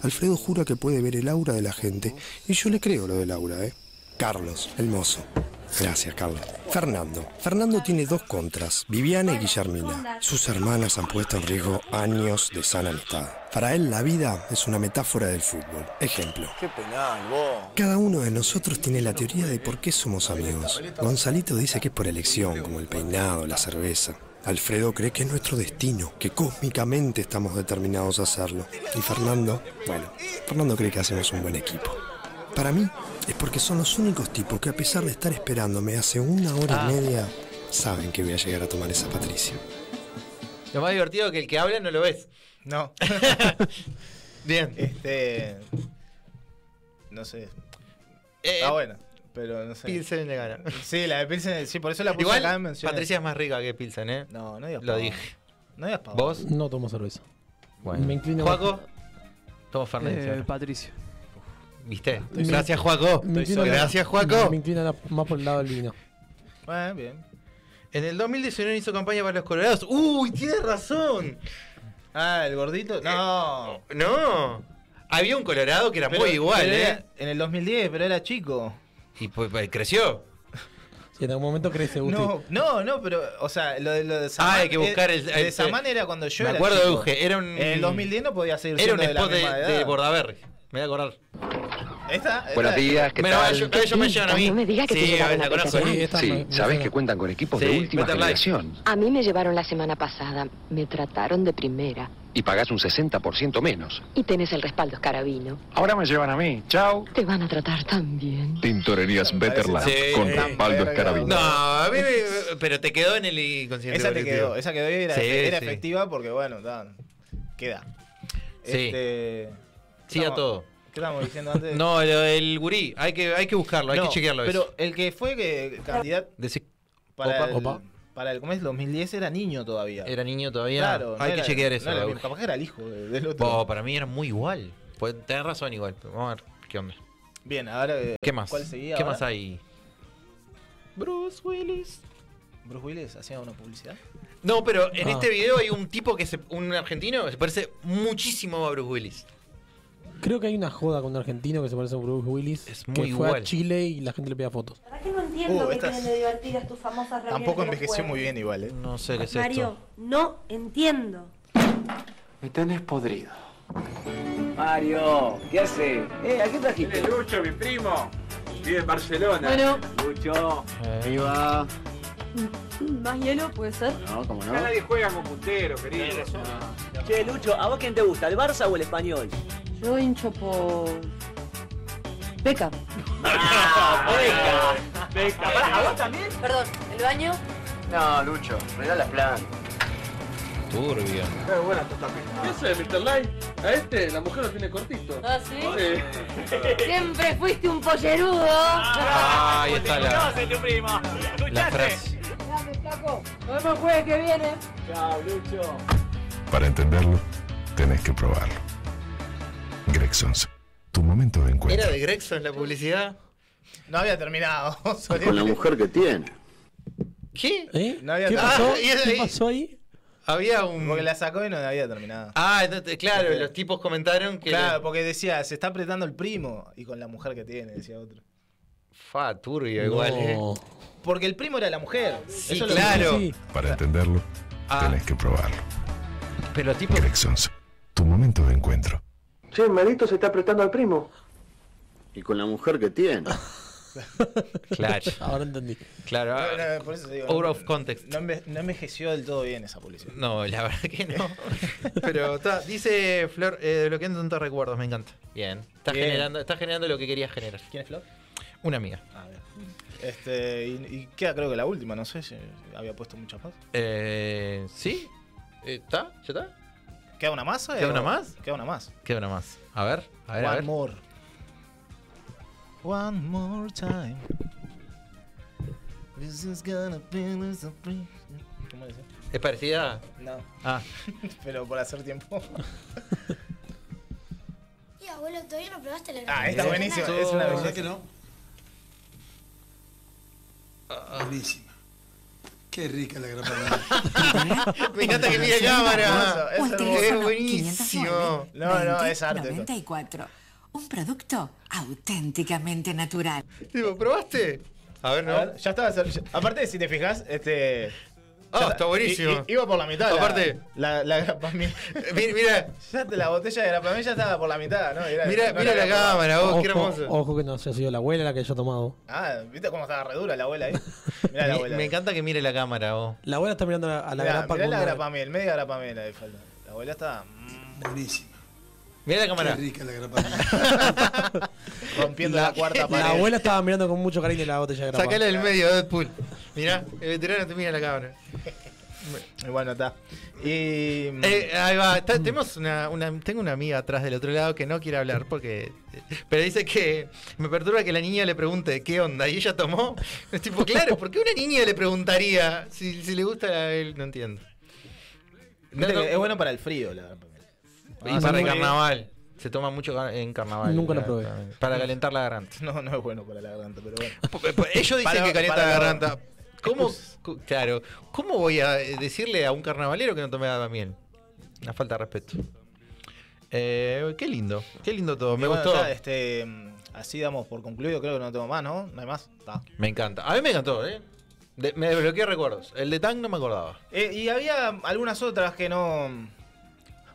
S6: Alfredo jura que puede ver el aura de la gente. Y yo le creo lo del aura, ¿eh? Carlos, el mozo. Gracias, Carlos. Fernando. Fernando tiene dos contras, Viviana y Guillermina. Sus hermanas han puesto en riesgo años de sana amistad. Para él la vida es una metáfora del fútbol. Ejemplo.
S15: Qué penal, vos.
S6: Cada uno de nosotros tiene la teoría de por qué somos amigos. Gonzalito dice que es por elección, como el peinado, la cerveza. Alfredo cree que es nuestro destino, que cósmicamente estamos determinados a hacerlo. Y Fernando, bueno, Fernando cree que hacemos un buen equipo. Para mí es porque son los únicos tipos que a pesar de estar esperándome hace una hora y media, saben que voy a llegar a tomar esa Patricia.
S2: Lo más divertido es que el que habla no lo ves.
S4: No.
S2: Bien.
S4: Este. No sé. Está buena, pero no sé.
S2: Eh, Pilsen le gana.
S4: Sí, la de Pilsen, sí, por eso la puse
S2: Igual,
S4: acá en menciones.
S2: Patricia es más rica que Pilsen, ¿eh?
S4: No, no digas
S2: Lo
S4: pavada.
S2: dije.
S4: No digas pavada.
S2: ¿Vos?
S1: No tomo cerveza.
S2: Bueno.
S1: Me inclino.
S2: Juaco, tomo Fernández.
S1: Eh,
S2: Patricio. ¿Viste?
S1: Me-
S2: Gracias, Juaco.
S1: me inclino a la-
S2: Gracias, Juaco.
S1: Me inclino a la- más por el lado del vino.
S4: Bueno, bien.
S2: En el 2019 hizo campaña para los colorados. ¡Uy, tienes razón!
S4: Ah, el gordito. No.
S2: No. Había un colorado que era
S4: Pero-
S2: muy igual,
S4: pero
S2: ¿eh?
S4: era- en el 2010, pero era chico.
S2: Y pues, pues, creció.
S1: Si en algún momento crece Guti.
S4: No, no, no, pero, o sea, lo de, lo de Samán.
S2: Ah, hay que buscar el-
S4: eh, lo de
S2: el-
S4: Samán era cuando yo
S2: Me
S4: era
S2: acuerdo de
S4: chico.
S2: Uge, era un-
S4: En el 2010 no podía seguir
S2: Era un
S4: siendo de la
S2: spot de,
S4: misma
S2: de
S4: edad.
S2: Bordaberry. Me voy a acordar.
S4: Esta,
S16: Buenos
S4: esta-
S16: días, ¿qué
S2: Bueno,
S16: tal?
S2: ellos- ellos me llevan a mí. No me digas que te Sí, llevaron a la a conozco, Peñarol. sí, esta me-
S16: Sí,
S2: me
S16: sabés
S2: suena.
S16: que cuentan con equipos de
S2: Sí,
S16: última
S2: Better Life.
S16: generación
S7: A mí me llevaron la semana pasada. Me trataron de primera.
S16: y pagás un 60% menos.
S7: Y tenés el respaldo escarabino.
S16: Ahora me llevan a mí. Chao.
S7: Te van a tratar tan bien.
S23: Tintorerías Betterland
S2: Sí.
S23: con respaldo escarabino.
S2: No, a mí me- pero te quedó en el inconsciente.
S4: Esa te
S2: colectivo.
S4: quedó, esa quedó y era,
S2: Sí,
S4: era
S2: sí.
S4: efectiva porque, bueno, da, queda.
S2: Sí.
S4: Este,
S2: Sí a
S4: estamos-
S2: todo.
S4: ¿Qué estábamos diciendo antes?
S2: No, lo del gurí, hay que, hay que buscarlo, hay
S4: No,
S2: que chequearlo.
S4: Pero el que fue que, candidato
S2: Decí-
S4: para,
S2: Opa,
S4: el,
S2: opa.
S4: para el ¿cómo es? 2010 era niño todavía.
S2: Era niño todavía.
S4: Claro, no
S2: hay que
S4: era-
S2: chequear
S4: no
S2: eso.
S4: era el
S2: Raúl.
S4: mismo, capaz que era el hijo de- del otro.
S2: Bo, para mí era muy igual. Pues, tenés razón igual. pero Vamos a ver qué onda.
S4: Bien, ahora. eh,
S2: ¿Qué más?
S4: ¿Cuál seguía?
S2: ¿Qué
S4: ahora?
S2: más hay? Bruce Willis.
S4: ¿Bruce Willis hacía una publicidad?
S2: No, pero en
S4: Ah.
S2: este video hay un tipo que se, un argentino que se parece muchísimo a Bruce Willis.
S1: Creo que hay una joda con un argentino que se parece a Bruce Willis. Es
S2: muy
S1: que fue a
S2: igual.
S1: Chile y la gente le pega fotos.
S24: ¿Para qué no entiendo
S4: Uh,
S24: que
S4: estas-
S24: tienen de divertidas tus famosas reuniones?
S4: Tampoco
S24: de los
S4: envejeció
S24: jueves?
S4: muy bien igual, ¿eh?
S2: No sé qué es
S24: Mario, no entiendo.
S15: Me tenés podrido.
S10: Mario, ¿qué hace? Eh, ¿a qué trajiste?
S11: Lucho, mi primo. Vive en Barcelona.
S24: Bueno.
S11: Lucho.
S15: Ahí va.
S24: ¿Más hielo puede ser?
S15: No, como
S11: Acá nadie juega con puntero, querido.
S15: Che, Lucho, ¿a vos quién te gusta, el Barça o el Español?
S7: Yo hincho por. Beca.
S15: ¿A vos también?
S7: Perdón, ¿el baño?
S15: No, Lucho, regala plan.
S2: Turbio.
S11: Qué buena esta tapita. ¿Qué hace, Mr. Light? A este, la mujer lo tiene cortito.
S7: ¿Ah, sí? Siempre fuiste un pollerudo.
S2: Ah, ahí está la, la frase.
S7: Grande, Flaco. Nos vemos el jueves que viene.
S15: Chao, Lucho.
S13: Para entenderlo, tenés que probarlo. Grexons, tu momento de encuentro.
S2: ¿Era de Grexon la publicidad?
S4: No había terminado.
S23: Con la mujer que tiene.
S2: ¿Qué?
S1: ¿Eh?
S4: No había
S2: ¿Qué
S4: terminado.
S2: pasó? Ah, y es ¿Qué ahí. pasó
S1: ahí?
S2: Había un.
S4: Porque la sacó y no había terminado.
S2: Ah, entonces, claro, los tipos comentaron que.
S4: Claro, porque decía, se está apretando el primo y con la mujer que tiene, decía otro.
S2: Fa, turbio igual,
S1: No.
S2: ¿eh?
S4: Porque el primo era la mujer. Eso
S2: Sí,
S4: es lo que-
S2: claro.
S13: Para entenderlo, tenés que probarlo.
S2: Pero tipo...
S13: Grexons, tu momento de encuentro.
S15: Che, el maldito se está apretando al primo.
S23: Y con la mujer que tiene.
S2: Claro.
S1: Ahora entendí.
S2: Claro.
S4: Ah, No, no, por eso te digo,
S2: out
S4: no-
S2: of context.
S4: No, enve- no envejeció del todo bien esa publicidad.
S2: No, la verdad que no. Pero está, dice Flor, eh, desbloqueando tantos recuerdos, me encanta. Bien. Está
S4: Bien.
S2: generando, está generando lo que querías generar.
S4: ¿Quién es Flor?
S2: Una amiga.
S4: Este, y, y queda creo que la última, no sé si había puesto muchas más.
S2: Eh, ¿Sí? ¿Está? ¿Ya está?
S4: ¿Queda una más? eh,
S2: ¿Queda una
S4: o-
S2: más?
S4: Queda una más.
S2: Queda una más. A ver, a ver, a
S4: One
S2: ver.
S4: more. One more time. This is gonna be the surprise. ¿Cómo dice?
S2: ¿Es parecida?
S4: No.
S2: Ah.
S4: Pero por hacer tiempo.
S21: abuelo, todavía no probaste la
S4: Ah, esta es buenísima.
S23: Yo-
S4: Es una
S23: ¿verdad
S4: belleza.
S23: que no? Buenísima. Qué rica la grapa.
S2: Mirate que mira cámara. Es buenísimo.
S4: No, no, es arte. esto.
S5: 94. Un producto auténticamente natural.
S2: ¿probaste? A ver,
S4: no. ya estaba. ya- aparte, si te fijas, este.
S2: Ah,
S4: ya
S2: está buenísimo.
S4: I- i- iba por la mitad. la-
S2: Aparte-
S4: La, la, grapamil.
S2: Mira, mira.
S4: Ya te- la botella de grapamil ya estaba por la mitad, ¿no? Era- no era grapamil.
S2: Oh,
S1: Ojo que no se ha sido la abuela la que yo he tomado.
S4: Ah, ¿viste cómo estaba redura la abuela ahí? Mirá la
S2: Me,
S4: abuela.
S2: me encanta que mire la cámara, vos.
S1: La abuela está mirando a la, a la
S4: mirá,
S1: grapa
S4: mirá
S1: con
S4: la
S1: una-
S4: grapamil, media grapamil ahí falta. La abuela mm, está. Buenísima.
S2: Mira la cámara.
S4: Qué rica la Rompiendo la, cuarta pared.
S1: La abuela estaba mirando con mucho cariño la botella de grapa.
S2: Sacala del medio, Deadpool. Mirá, el veterano te mira la cámara.
S4: Y bueno, está. Y. mm,
S2: Eh, ahí va. Está- tenemos una, una- tengo una amiga atrás del otro lado que no quiere hablar porque. eh, Pero dice que me perturba que la niña le pregunte qué onda. Y ella tomó. Es tipo, claro, ¿por qué una niña le preguntaría si, si le gusta la- el- No entiendo.
S4: Viste
S2: No, no.
S4: que es Ah, bueno para el frío, la grapamil.
S2: Y para el carnaval. Se toma mucho gar- en carnaval.
S4: Nunca lo
S2: la-
S4: probé.
S2: Para calentar la garganta.
S4: No, no es bueno para la garganta, pero bueno.
S2: Ellos dicen
S4: Para-
S2: que calienta
S4: para-
S2: la garganta. ¿Cómo, cu- claro, ¿cómo voy a eh, decirle a un carnavalero que no tome agua miel? Una falta de respeto. Eh, qué lindo, qué lindo todo.
S4: Y
S2: Me
S4: bueno,
S2: gustó.
S4: está, este, mm, así damos por concluido, creo que no tengo más, ¿no? No hay más. Está.
S2: Me encanta. A mí me encantó, ¿eh? De- me desbloqueé recuerdos. El de Tang no me acordaba.
S4: Eh, y había algunas otras que no.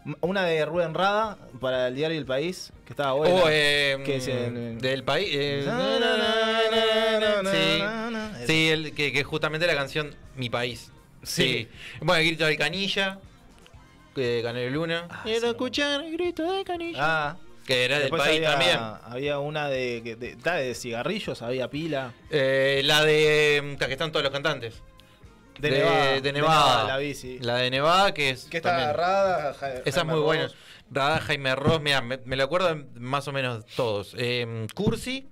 S4: M- Una de Rubén Rada para el diario El País, que estaba buena.
S2: Oh, eh,
S4: que es en-
S2: del país. eh,
S4: Na,
S2: na, na, na, na, sí.
S4: na,
S2: Sí, el, que, que justamente la canción Mi País. Sí. Bueno, el grito de Canilla, que ganó Luna. Quiero escuchar el grito de Canilla.
S4: Ah.
S2: que era del
S4: Después
S2: país
S4: había,
S2: también.
S4: Había una de, que- de, ta, de cigarrillos, había pila.
S2: Eh, la de. La que están todos los cantantes.
S4: De Nevada.
S2: de
S4: De
S2: Nevada.
S4: Nevada, la vi, sí.
S2: La de Nevada, que es.
S4: Que está
S2: también-
S4: agarrada. Ja-
S2: Esa es
S4: Jaime
S2: muy buena.
S4: Ross.
S2: Radá, Jaime Ross, mirá, me, me lo acuerdo más o menos todos. Eh, Cursi,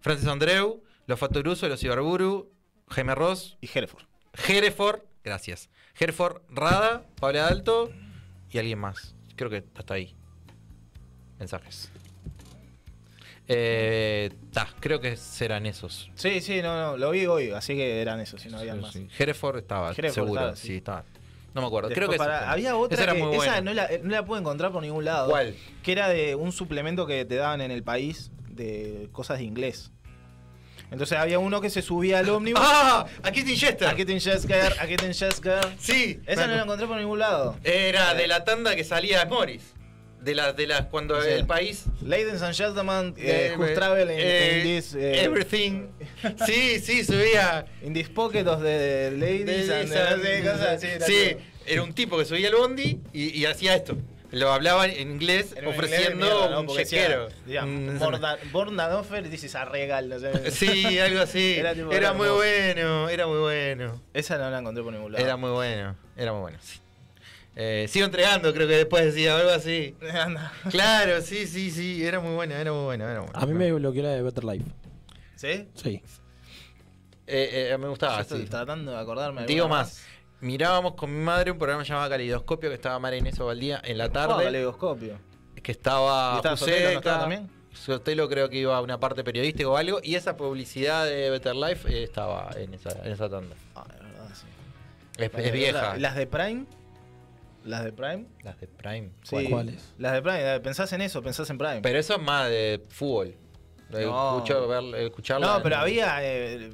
S2: Francis Andreu, Los Fatoruso, Los Ibarburu, Jaime Ross.
S4: Y Hereford.
S2: Hereford, gracias. Hereford, Rada, Pablo Alto y alguien más. Creo que hasta ahí. Mensajes. Eh, ta, creo que serán esos.
S4: Sí, sí, no, no, lo vi hoy, así que eran esos, si no había más.
S2: Sí. Hereford estaba,
S4: Hereford
S2: seguro.
S4: estaba,
S2: sí.
S4: sí.
S2: estaba. No me acuerdo.
S4: Después
S2: creo que
S4: para-
S2: esa fue.
S4: había otra
S2: Esa era
S4: que-
S2: muy
S4: esa
S2: buena.
S4: no la, eh, no la pude encontrar por ningún lado.
S2: ¿Cuál?
S4: Que era de un suplemento que te daban en el país de cosas de inglés. Entonces había uno que se subía al ómnibus.
S2: ¡Ah! Aquí te Chester.
S4: Aquí te Chester, aquí te Chester.
S2: Sí.
S4: Esa no
S2: me
S4: la encontré por ningún lado.
S2: Era de la tanda que salía Morris. De las de las cuando
S4: Sí.
S2: el país
S4: Ladies and gentlemen, eh,
S2: Eh,
S4: who's
S2: eh,
S4: travel in,
S2: eh,
S4: in this, eh,
S2: everything. Sí, sí, subía.
S4: In this pocket of the ladies
S2: de
S4: and
S2: esa-
S4: the- cosas así, era
S2: Sí,
S4: como-
S2: era un tipo que subía el bondi y, y hacía esto. Lo hablaba en inglés
S4: Era un inglés de
S2: ofreciendo
S4: mierda, ¿no?
S2: un
S4: Porque decía,
S2: chequero.
S4: decía,
S2: Mm,
S4: "Borda- Born an offer, this is a regal. no sé.
S2: Sí, algo así. Era,
S4: tipo,
S2: muy
S4: hermoso.
S2: bueno, era muy bueno.
S4: Esa no la encontré por ningún lado.
S2: Era muy bueno, era muy bueno, sí. Eh, sigo entregando, creo que después decía algo así.
S4: Anda.
S2: Claro, sí, sí, sí, era muy buena, era muy buena, era muy buena.
S1: A mí me bloqueó la de Better Life.
S4: ¿Sí?
S1: Sí.
S2: Eh, eh, me
S4: Yo
S2: gustaba,
S4: estoy
S2: sí.
S4: tratando de acordarme.
S2: Digo
S4: alguna
S2: más, mirábamos con mi madre un programa llamado Calidoscopio que estaba María Inés Ovaldía en la
S4: Jugaba
S2: tarde,
S4: Caleidoscopio.
S2: que
S4: Ah, ¿Y
S2: estaba
S4: estaba Sotelo, no estaba
S2: Joseca,
S4: también?
S2: Sotelo creo que iba a una parte periodística o algo, y esa publicidad de Better Life eh, estaba en esa, en esa tanda.
S4: Ah, de verdad, sí.
S2: Es,
S4: Las
S2: es
S4: de-
S2: vieja.
S4: Las de Prime. Las de Prime.
S2: Las de Prime.
S4: Sí.
S1: ¿Cuáles?
S4: Las de Prime. eh, Pensás en eso, pensás en Prime.
S2: Pero eso es más de fútbol. De
S4: No.
S2: escucho- ver- escucharla
S4: no,
S2: en-
S4: pero había eh,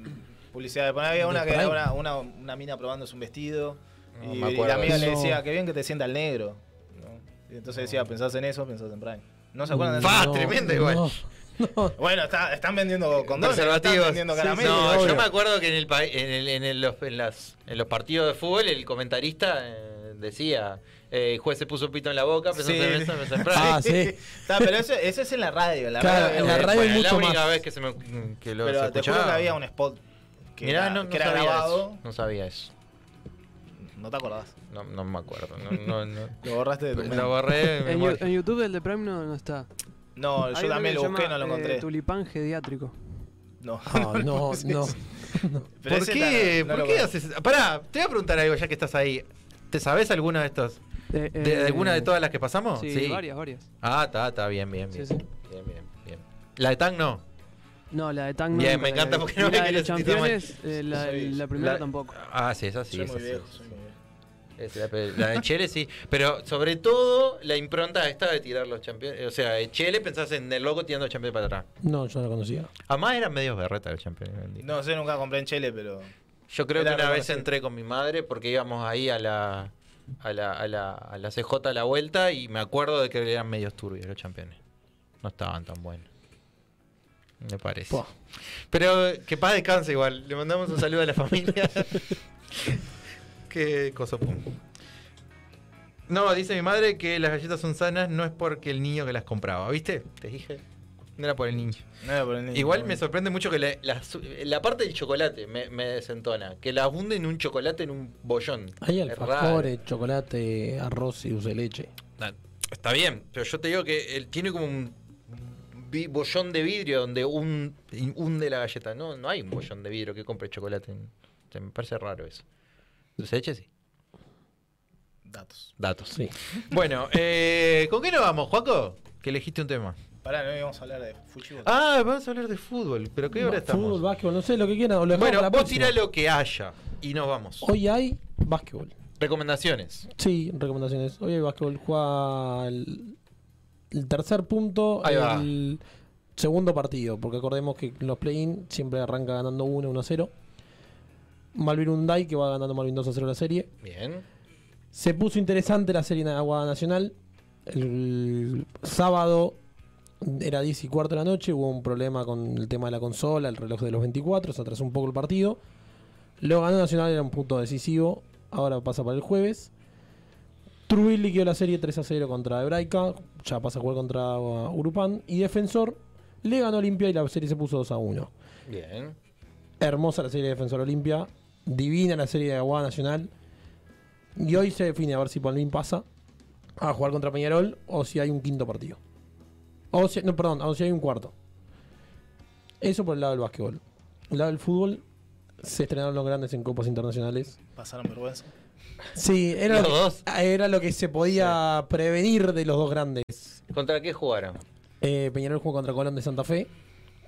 S4: publicidad de Prime. Había
S2: ¿De
S4: una que
S2: Prime?
S4: era una, una, una mina probándose un vestido.
S2: No
S4: y,
S2: me
S4: y
S2: acuerdo
S4: la amiga
S2: de
S4: le
S2: eso.
S4: decía, qué bien que te sienta el negro. ¿no? Y entonces decía, pensás en eso, pensás en Prime. ¿No se acuerdan
S1: Mm,
S4: de
S2: Va,
S4: eso?
S2: tremendo Ah, igual.
S4: Bueno, está- están vendiendo condones, están
S2: Preservativos.
S4: vendiendo
S2: Eh, Sí,
S4: caramelos.
S2: no, yo
S4: obvio.
S2: me acuerdo que en el, pa- en, el- en el- los, en las- en los partidos de fútbol el comentarista eh, decía, eh, el juez se puso pito en la boca, pensó
S4: Sí.
S2: en eso, pensó en
S1: Ah, sí.
S4: Está, pero eso, eso es en la radio. En la
S1: Claro,
S4: radio,
S1: en la
S4: eh,
S1: radio hay
S2: Es la
S1: mucho
S2: única
S1: más.
S2: vez que, se me, mm, que lo
S4: Pero
S2: se
S4: te
S2: escuchaba.
S4: juro que había un spot que
S2: Mirá,
S4: era,
S2: no, no
S4: que era
S2: sabía
S4: grabado.
S2: eso, no sabía eso.
S4: No te acordás.
S2: No, no me acuerdo. No, no, no.
S4: Lo borraste de tu mente.
S2: Lo borré de
S3: En,
S2: memoria.
S3: Yu- en YouTube el de Prime no, no está.
S4: No, yo
S3: Hay uno
S4: también
S3: que
S4: lo
S3: se
S4: busqué y
S3: llama,
S4: no lo encontré.
S3: eh, tulipán geriátrico.
S4: No.
S1: no,
S4: sí,
S1: no.
S4: sí. Pero
S2: ¿Por
S4: ese
S2: qué,
S4: está- no
S2: por
S4: lo
S2: qué
S4: conozco.
S2: haces? Pará, te voy a preguntar algo ya que estás ahí. ¿Te sabes alguno de estos?
S3: Eh, eh,
S2: ¿De alguna de todas las que pasamos?
S3: Sí, varias, varias.
S2: Ah, está, está, bien, bien, bien.
S3: Sí, sí.
S2: Bien, bien, bien. La de Tang no.
S3: No, la de Tang no,
S2: Bien, me
S3: la de-
S2: encanta porque no
S3: y
S2: me
S3: la de
S2: quiero
S3: los
S2: sentir tan mal.
S3: campeones, eh, la, la primera tampoco.
S2: Ah, sí, esa sí.
S4: Soy
S2: esa
S4: muy
S2: sí.
S4: viejo, soy muy viejo.
S2: Es La, pe- la de Chele sí, pero sobre todo la impronta esta de tirar los campeones. O sea, de Chele pensás en el loco tirando campeón para atrás.
S1: No, yo no la conocía.
S2: Además eran medios berreta el campeón.
S4: No sé, nunca compré en Chile, pero.
S2: Yo creo
S4: Era
S2: que una vez
S4: reconocido.
S2: entré con mi madre porque íbamos ahí a la, a la, a la, a la CJ a la vuelta y me acuerdo de que eran medios turbios los campeones. No estaban tan buenos. Me parece. Pero eh, que paz descanse igual. Le mandamos un saludo a la familia. Qué cosa pum. No, dice mi madre que las galletas son sanas no es porque el niño que las compraba, ¿viste? Te dije. No era por el niño.
S4: No era por el niño.
S2: Igual me sorprende mucho que la, la su- la parte del chocolate me, me desentona. Que la abunden en un chocolate en un bollón.
S1: Hay
S2: Es raro.
S1: alfajores, chocolate, arroz y dulce de leche.
S2: Ah, Está bien, pero yo te digo que él tiene como un vi- bollón de vidrio donde un hunde la galleta. No, no hay un bollón de vidrio que compre chocolate. O sea, me parece raro eso. Dulce de leche sí.
S4: Datos.
S2: Datos. Bueno, eh, ¿con qué nos vamos, Juaco? Que elegiste un tema.
S4: Pará, no íbamos a hablar de Fuchibo.
S2: Ah, vamos a hablar de fútbol. ¿Pero qué hora estamos?
S1: Fútbol, básquetbol, no sé, lo que quieran. o lo dejamos
S2: Bueno,
S1: para la
S2: vos
S1: próxima.
S2: tirá lo que haya y nos vamos.
S1: Hoy hay básquetbol.
S2: Recomendaciones.
S1: Sí, recomendaciones. Hoy hay básquetbol. Juega el, el tercer punto,
S2: Ahí va.
S1: el segundo partido, porque acordemos que los play-in siempre arranca ganando 1 1 0. Malvin Hyundai, que va ganando Malvin 2 0 la serie.
S2: Bien.
S1: Se puso interesante la serie en Agua Nacional. El sábado era 10 y cuarto de la noche. Hubo un problema con el tema de la consola, el reloj de los 24. Se atrasó un poco el partido. Lo ganó Nacional, era un punto decisivo. Ahora pasa para el jueves. Trujillo liquidó la serie 3 a 0 contra Hebraica. Ya pasa a jugar contra uh, Urupán. Y Defensor le ganó a Olimpia y la serie se puso 2 a 1.
S2: Bien.
S1: Hermosa la serie de Defensor Olimpia. Divina la serie de Aguada Nacional. Y hoy se define a ver si Palmín pasa a jugar contra Peñarol o si hay un quinto partido. O si, no, perdón, o si hay un cuarto. Eso por el lado del básquetbol. El lado del fútbol, se estrenaron los grandes en copas internacionales.
S4: Pasaron vergüenza.
S1: Sí, era,
S2: ¿Los
S1: lo,
S2: dos?
S1: que, era lo que se podía prevenir de los dos grandes.
S2: ¿Contra qué jugaron?
S1: Eh, Peñarol jugó contra Colón de Santa Fe.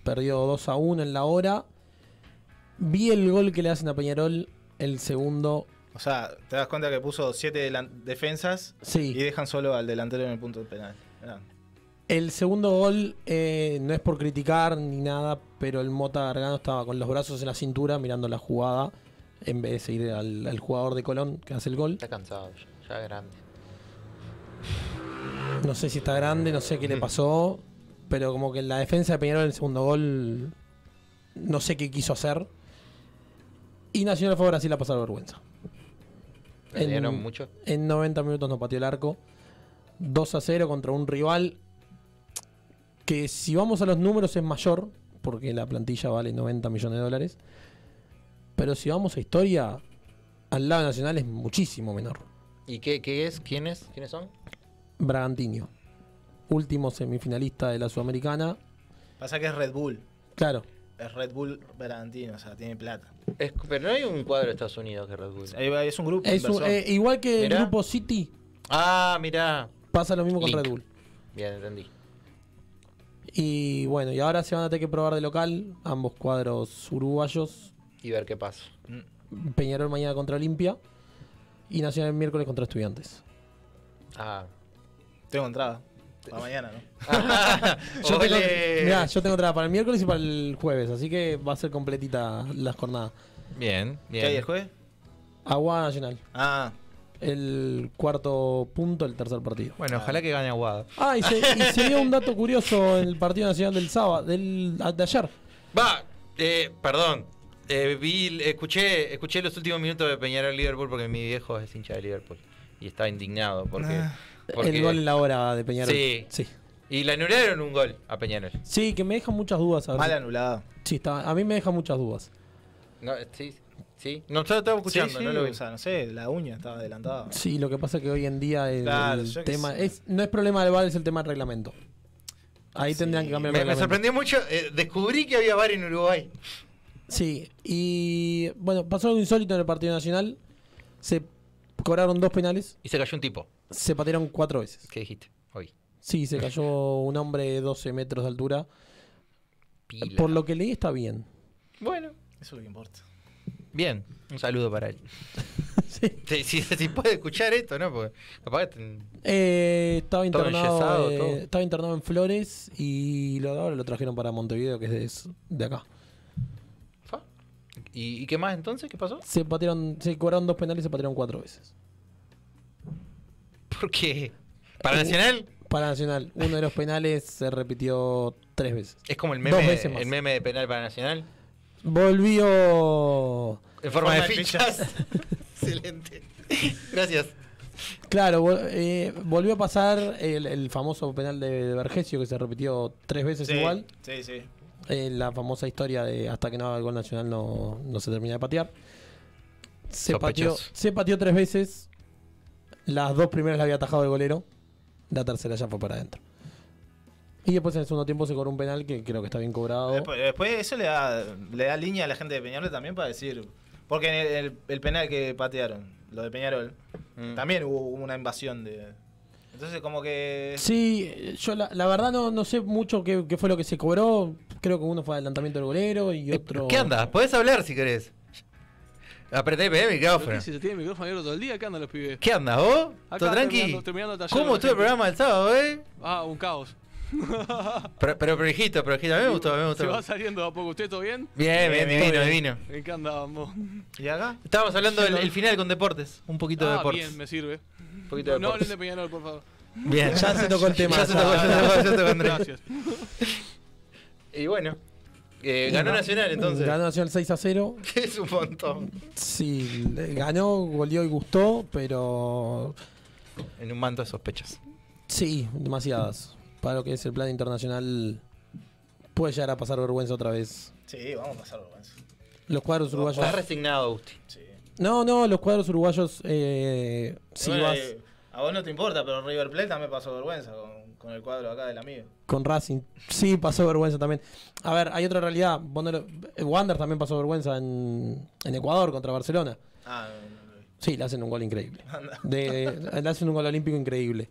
S1: Perdió 2 a 1 en la hora. Vi el gol que le hacen a Peñarol, el segundo.
S4: O sea, te das cuenta que puso siete delan- defensas y dejan solo al delantero en el punto penal. Mirá.
S1: El segundo gol eh, no es por criticar ni nada, pero el Mota Gargano estaba con los brazos en la cintura mirando la jugada en vez de seguir al, al jugador de Colón que hace el gol.
S2: Está cansado, ya, ya grande.
S1: No sé si está grande, no sé qué le pasó, pero como que en la defensa de Peñarol en el segundo gol no sé qué quiso hacer. Y Nacional fue a Brasil a pasar vergüenza.
S2: ¿Perdieron mucho?
S1: En 90 minutos nos pateó el arco. 2 a 0 contra un rival que si vamos a los números es mayor, porque la plantilla vale 90 millones de dólares. Pero si vamos a historia, al lado de nacional es muchísimo menor.
S2: ¿Y qué, qué es? ¿Quién es? ¿Quiénes son?
S1: Bragantino, último semifinalista de la Sudamericana.
S4: Pasa que es Red Bull.
S1: Claro,
S4: Es Red Bull Bragantino, o sea, tiene plata.
S2: Es- pero no hay un cuadro de Estados Unidos que Red Bull.
S4: Ahí va, es un grupo.
S1: es un-
S4: inversor.
S1: eh, igual que
S2: Mirá.
S1: el grupo City,
S2: Ah, mirá.
S1: pasa lo mismo con
S2: Link.
S1: Red Bull.
S2: Bien, entendí.
S1: Y bueno, y ahora se van a tener que probar de local, ambos cuadros uruguayos.
S2: Y ver qué pasa.
S1: Peñarol mañana contra Olimpia y Nacional miércoles contra Estudiantes.
S2: Ah.
S4: Tengo entrada. Para mañana, ¿no?
S1: Yo tengo,
S4: Ole.
S1: mirá, yo tengo entrada para el miércoles y para el jueves, así que va a ser completita la jornada.
S2: Bien, bien.
S4: ¿Qué hay el jueves?
S1: Aguada Nacional.
S4: Ah.
S1: El cuarto punto, el tercer partido.
S2: Bueno, ojalá que gane Aguada.
S1: Ah, y se, y se dio un dato curioso en el partido nacional del sábado, del, de ayer.
S2: Va, eh, perdón. Eh, vi, escuché, escuché los últimos minutos de Peñarol Liverpool porque mi viejo es hincha de Liverpool. Y estaba indignado porque. porque-
S1: El gol en la hora de Peñarol.
S2: Sí.
S1: Sí,
S2: Y le anularon un gol a Peñarol.
S1: Sí, que me deja muchas dudas. a ver
S4: Mal
S1: si-
S4: anulado.
S1: Sí, está- a mí me deja muchas dudas.
S2: No, sí, sí. No, yo lo estaba escuchando,
S4: Sí, sí,
S2: no lo vi.
S4: O sea, no sé, la uña estaba adelantada.
S1: Sí, lo que pasa es que hoy en día el,
S4: Claro,
S1: el
S4: yo qué
S1: tema
S4: sé.
S1: es no es problema del VAR, es el tema del reglamento. Ahí tendrían que cambiar el
S2: Me, me
S1: reglamento.
S2: sorprendió mucho. eh, descubrí que había bar en Uruguay.
S1: Sí, y bueno, pasó algo insólito en el partido nacional. Se cobraron dos penales,
S2: Y se cayó un tipo.
S1: se patearon cuatro veces.
S2: ¿Qué dijiste hoy?
S1: Sí, se cayó un hombre de 12 metros de altura.
S2: Pila.
S1: Por lo que leí está bien.
S2: Bueno.
S4: Eso es lo que importa.
S2: Bien, un saludo para él. Si, si, si puede escuchar esto, ¿no? Porque capaz que ten-
S1: Eh, estaba,
S2: Todo enyesado,
S1: internado, eh,
S2: todo.
S1: estaba internado en Flores y lo, ahora lo trajeron para Montevideo, que es de, es de acá.
S2: ¿Y, y qué más entonces? ¿Qué pasó?
S1: Se patearon, se cobraron dos penales y se patearon cuatro veces.
S2: ¿Por qué? ¿Para
S1: Uh,
S2: Nacional?
S1: Para Nacional. Uno de los penales se repitió tres veces.
S2: Es como el
S1: Dos
S2: meme,
S1: veces más.
S2: el meme de penal para Nacional.
S1: Volvió.
S2: En forma, de fichas. Excelente. Gracias.
S1: Claro, vol- eh, volvió a pasar el, el famoso penal de, de Vergesio que se repitió tres veces
S4: Sí,
S1: igual.
S4: Sí, sí.
S1: Eh, la famosa historia de hasta que no haga el gol nacional no, no se termina de patear. Se pateó,
S2: Sospechoso.
S1: se pateó tres veces. Las dos primeras la había atajado el golero. La tercera ya fue para adentro. Y después en el segundo tiempo se cobró un penal que creo que está bien cobrado.
S4: Después, después eso le da, le da línea a la gente de Peñarol también para decir. Porque en el, el- el penal que patearon, lo de Peñarol, también hubo una invasión de. Entonces, como que.
S1: Sí, yo la, la verdad no, no sé mucho qué, qué fue lo que se cobró. Creo que uno fue adelantamiento del golero y otro.
S2: Eh, ¿Qué anda? Podés hablar si querés. Apreté el micrófono.
S10: Pero, Si se tiene el micrófono abierto todo el día, ¿qué andan los pibes?
S2: ¿Qué anda vos?
S10: Acá,
S2: ¿Todo tranqui?
S10: terminando- terminando el taller
S2: ¿Cómo
S10: de
S2: estuvo
S10: gente.
S2: el programa el sábado, eh?
S10: Ah, un caos.
S2: Pero, pero, pero, hijito, pero, hijito, a mí me gustó, a mí me
S10: Se va
S2: gustó.
S10: saliendo de a poco. ¿Usted todo bien?
S2: Bien, bien,
S10: Todo
S2: divino,
S10: bien.
S2: divino.
S10: ¿En qué andábamos?
S4: ¿Y acá?
S2: Estábamos hablando del
S10: Yo no-
S2: el final con deportes. Un poquito de
S10: Ah,
S2: deportes.
S10: bien, me sirve.
S2: Un poquito de
S10: no, no hablen
S2: deportes.
S10: de Peñarol, por favor.
S2: Bien.
S1: Ya se tocó el tema.
S2: Ya se tocó, ya se tocó, ya se tocó, Andrés.
S10: Gracias.
S2: Y bueno, eh, ganó
S1: Y ga-
S2: Nacional entonces.
S1: Ganó Nacional 6 a 0.
S2: Que es un montón.
S1: Sí, le- ganó, goleó y gustó, pero
S2: En un manto de sospechas.
S1: sí, demasiadas. Para lo que es el plan internacional, puede llegar a pasar vergüenza otra vez.
S4: Sí, vamos a pasar vergüenza.
S1: Los cuadros uruguayos.
S2: Estás resignado, Agustín.
S1: No, no, los cuadros uruguayos, eh, si
S4: Bueno,
S1: vas
S4: eh, a vos no te importa, pero River Plate también pasó vergüenza con, con el cuadro acá del amigo.
S1: con Racing, sí pasó vergüenza también. A ver, hay otra realidad. vos no lo- Wander también pasó vergüenza en, en Ecuador contra Barcelona.
S4: Ah,
S1: Sí, le hacen un gol increíble.
S4: Anda.
S1: De- eh, le hacen un gol olímpico increíble.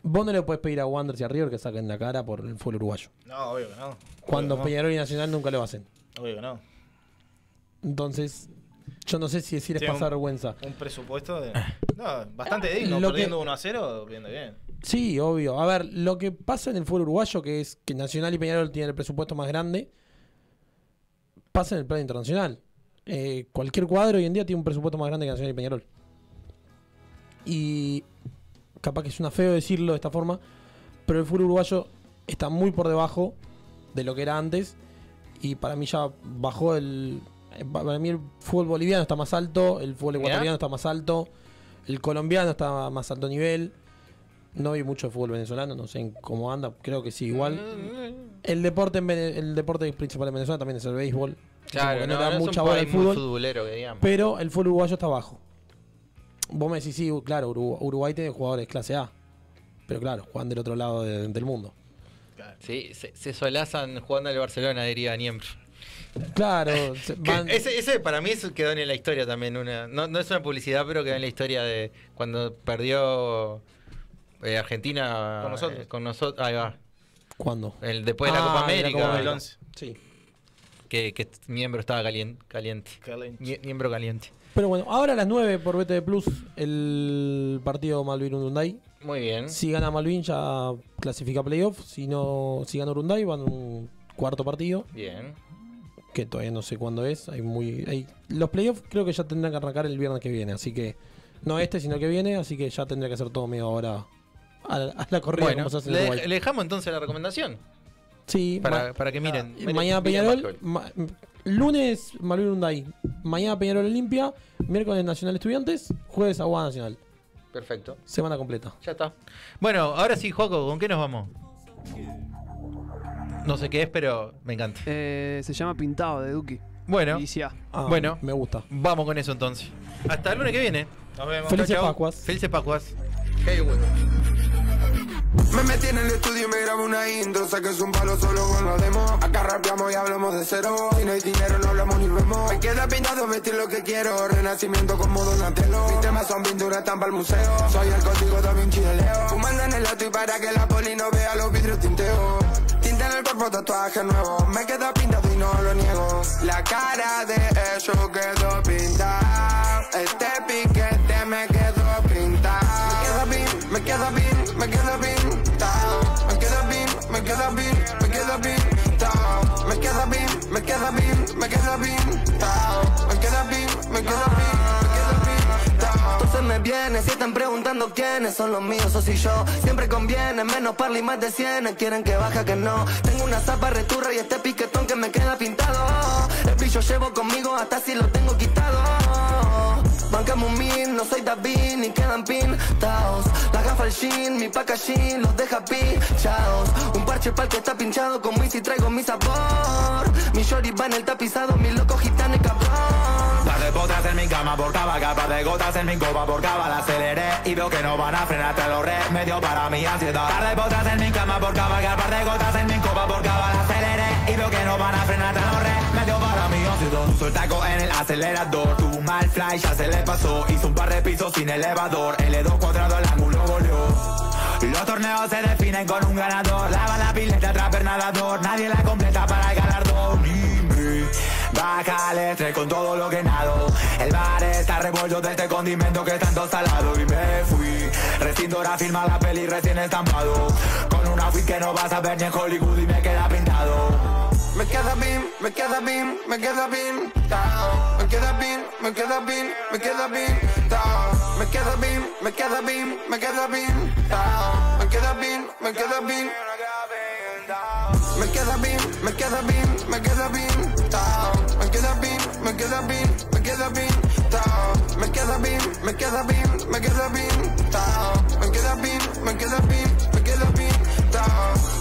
S1: Vos no le puedes pedir a Wander y a River que saquen la cara por el fútbol uruguayo.
S4: no, obvio que no.
S1: Cuando
S4: obvio que
S1: Peñarol y Nacional nunca lo hacen.
S4: no, obvio que no.
S1: Entonces, yo no sé si decir es
S4: Tiene un-
S1: pasar vergüenza.
S4: Un presupuesto de.
S1: Ah.
S4: No, bastante digno.
S1: Lo que-
S4: perdiendo 1 a 0, viendo bien.
S1: Sí, obvio. A ver, lo que pasa en el fútbol uruguayo, que es que Nacional y Peñarol tienen el presupuesto más grande, pasa en el plano internacional. Eh, cualquier cuadro hoy en día tiene un presupuesto más grande que Nacional y Peñarol. Y capaz que suena feo decirlo de esta forma, pero el fútbol uruguayo está muy por debajo de lo que era antes. Y para mí ya bajó el. eh, pa- Para mí el fútbol boliviano está más alto, el fútbol
S2: Mirá.
S1: ecuatoriano está más alto, el colombiano está a más alto nivel. No vi mucho fútbol venezolano, no sé en cómo anda, creo que sí, igual. El deporte, en Vene- el deporte principal en Venezuela también es el béisbol. Como
S2: Claro,
S1: que
S2: no,
S1: le da
S2: no es un
S1: mucha bola
S2: país
S1: al
S2: muy
S1: fútbol,
S2: futbolero, que digamos.
S1: pero el fútbol uruguayo está bajo. Vos me decís, sí, claro, Urugu- Uruguay tiene jugadores clase A, pero claro, juegan del otro lado de- del mundo.
S2: Sí, se, se solazan jugando al Barcelona, diría Niembro.
S1: Claro, se-
S2: Que
S1: van-
S2: Ese, ese para mí eso quedó en la historia también. Una, no, no es una publicidad, pero quedó en la historia de cuando perdió eh, Argentina
S4: Con nosotros.
S2: eh, con nosotros. Ahí va.
S1: ¿Cuándo?
S2: El, después de Pues la
S1: Ah, de
S2: Copa
S1: la
S2: América.
S1: Copa
S4: El
S1: América.
S4: 11.
S1: Sí.
S2: Que, que miembro estaba calien- caliente.
S4: Caliente.
S2: Mie- miembro caliente.
S1: Pero bueno, ahora a las 9 por BTV Plus el partido Malvin Urunday.
S2: Muy bien.
S1: Si gana Malvin ya clasifica a playoff, si no si gana Urunday van a un cuarto partido,
S2: Bien.
S1: que todavía no sé cuándo es, hay muy hay- los playoffs creo que ya tendrán que arrancar el viernes que viene, así que no este sino que viene, así que ya tendría que hacer todo medio ahora a la, a la corrida
S2: Bueno,
S1: como se hace en
S2: le,
S1: Uruguay.
S2: dej- le dejamos entonces la recomendación.
S1: Sí,
S2: Para,
S1: ma-
S2: para que miren.
S1: Y
S2: Miren-
S1: mañana
S2: miren
S1: Peñarol,
S2: básquetbol.
S1: ma- m- lunes Malvin Urunday, mañana Peñarol Olimpia, miércoles Nacional Estudiantes, jueves Aguada Nacional,
S2: Perfecto.
S1: semana completa.
S2: Ya está. Bueno, ahora sí, Joaco, ¿con qué nos vamos? No sé qué es, pero me encanta.
S3: Eh, se llama Pintado de Duki.
S2: Bueno.
S3: Inicia.
S1: Ah,
S2: bueno,
S1: me gusta.
S2: vamos con eso entonces. Hasta el lunes que viene.
S4: Nos vemos.
S1: Felices
S2: Chau, chau.
S1: Pascuas.
S2: Felices Pascuas.
S8: Me metí en el estudio y me grabo una intro Saqué un palo solo con los demos Acá rapeamos y hablamos de cero Si no hay dinero no hablamos ni vemos Me queda pintado vestir lo que quiero Renacimiento como Donatello Mi tema son pinturas, están para el museo. Soy el código de Vinci de Leo. Fumando en el lato y para que la poli no vea los vidrios tinteo. Tinta en el cuerpo, tatuaje nuevo. Me queda pintado y no lo niego. La cara de eso quedó pintada. Este piquete me quedó pintado. Me queda bien, me queda bien, me queda pintado. Me queda bien, me queda bien, me queda pintado. Me queda bien, me queda bien, me queda pintado. Me queda bien, me queda bien. me queda pintado.
S9: Entonces me viene, si están preguntando quiénes son los míos, o si yo siempre conviene, menos parla y más de cien, quieren que baja que no. Tengo una zapa returra y este piquetón que me queda pintado. El brillo llevo conmigo hasta si lo tengo quitado. Bancame un min, no soy David, ni quedan pintados. La gafa al jean, mi packaging los deja pinchados. Un parche pa'l que está pinchado, con y traigo mi sabor. Mi shorty va en el tapizado, mi loco gitano y cabrón.
S14: Las de botas en mi cama por cava, capa de gotas en mi copa por cava, la aceleré y veo que no van a frenar, te lo remedio para mi ansiedad. Las de botas en mi cama por cava, capa de gotas en mi copa por cava, la aceleré y veo que no van a frenar, te lo remedio para mi ansiedad. Soy taco en el acelerador, tu mal fly ya se le pasó, hizo un par de pisos sin elevador, L2 cuadrado el ángulo volvió. Los torneos se definen con un ganador, lava la pileta trapper nadador, nadie la completa para el galardón. Dime, Baja el estrés con todo lo que nado El bar está revuelto de este condimento que tanto salado Y me fui Recinto ahora filma la peli recién estampado Con un outfit que no vas a ver ni en Hollywood y me queda pintado
S8: Me queda bien, me queda bien, me queda pintado. Me queda bien, me queda bien, me queda pintado. Me queda bien, me queda bien, me queda pintado. Me queda bien, me queda bien. Me queda bien, me queda bien, me queda pintado. Me queda bien, me queda bien, me queda pintado. Me queda bien, me queda bien, me queda pintado. Me queda bien, me queda bien, me queda pintado.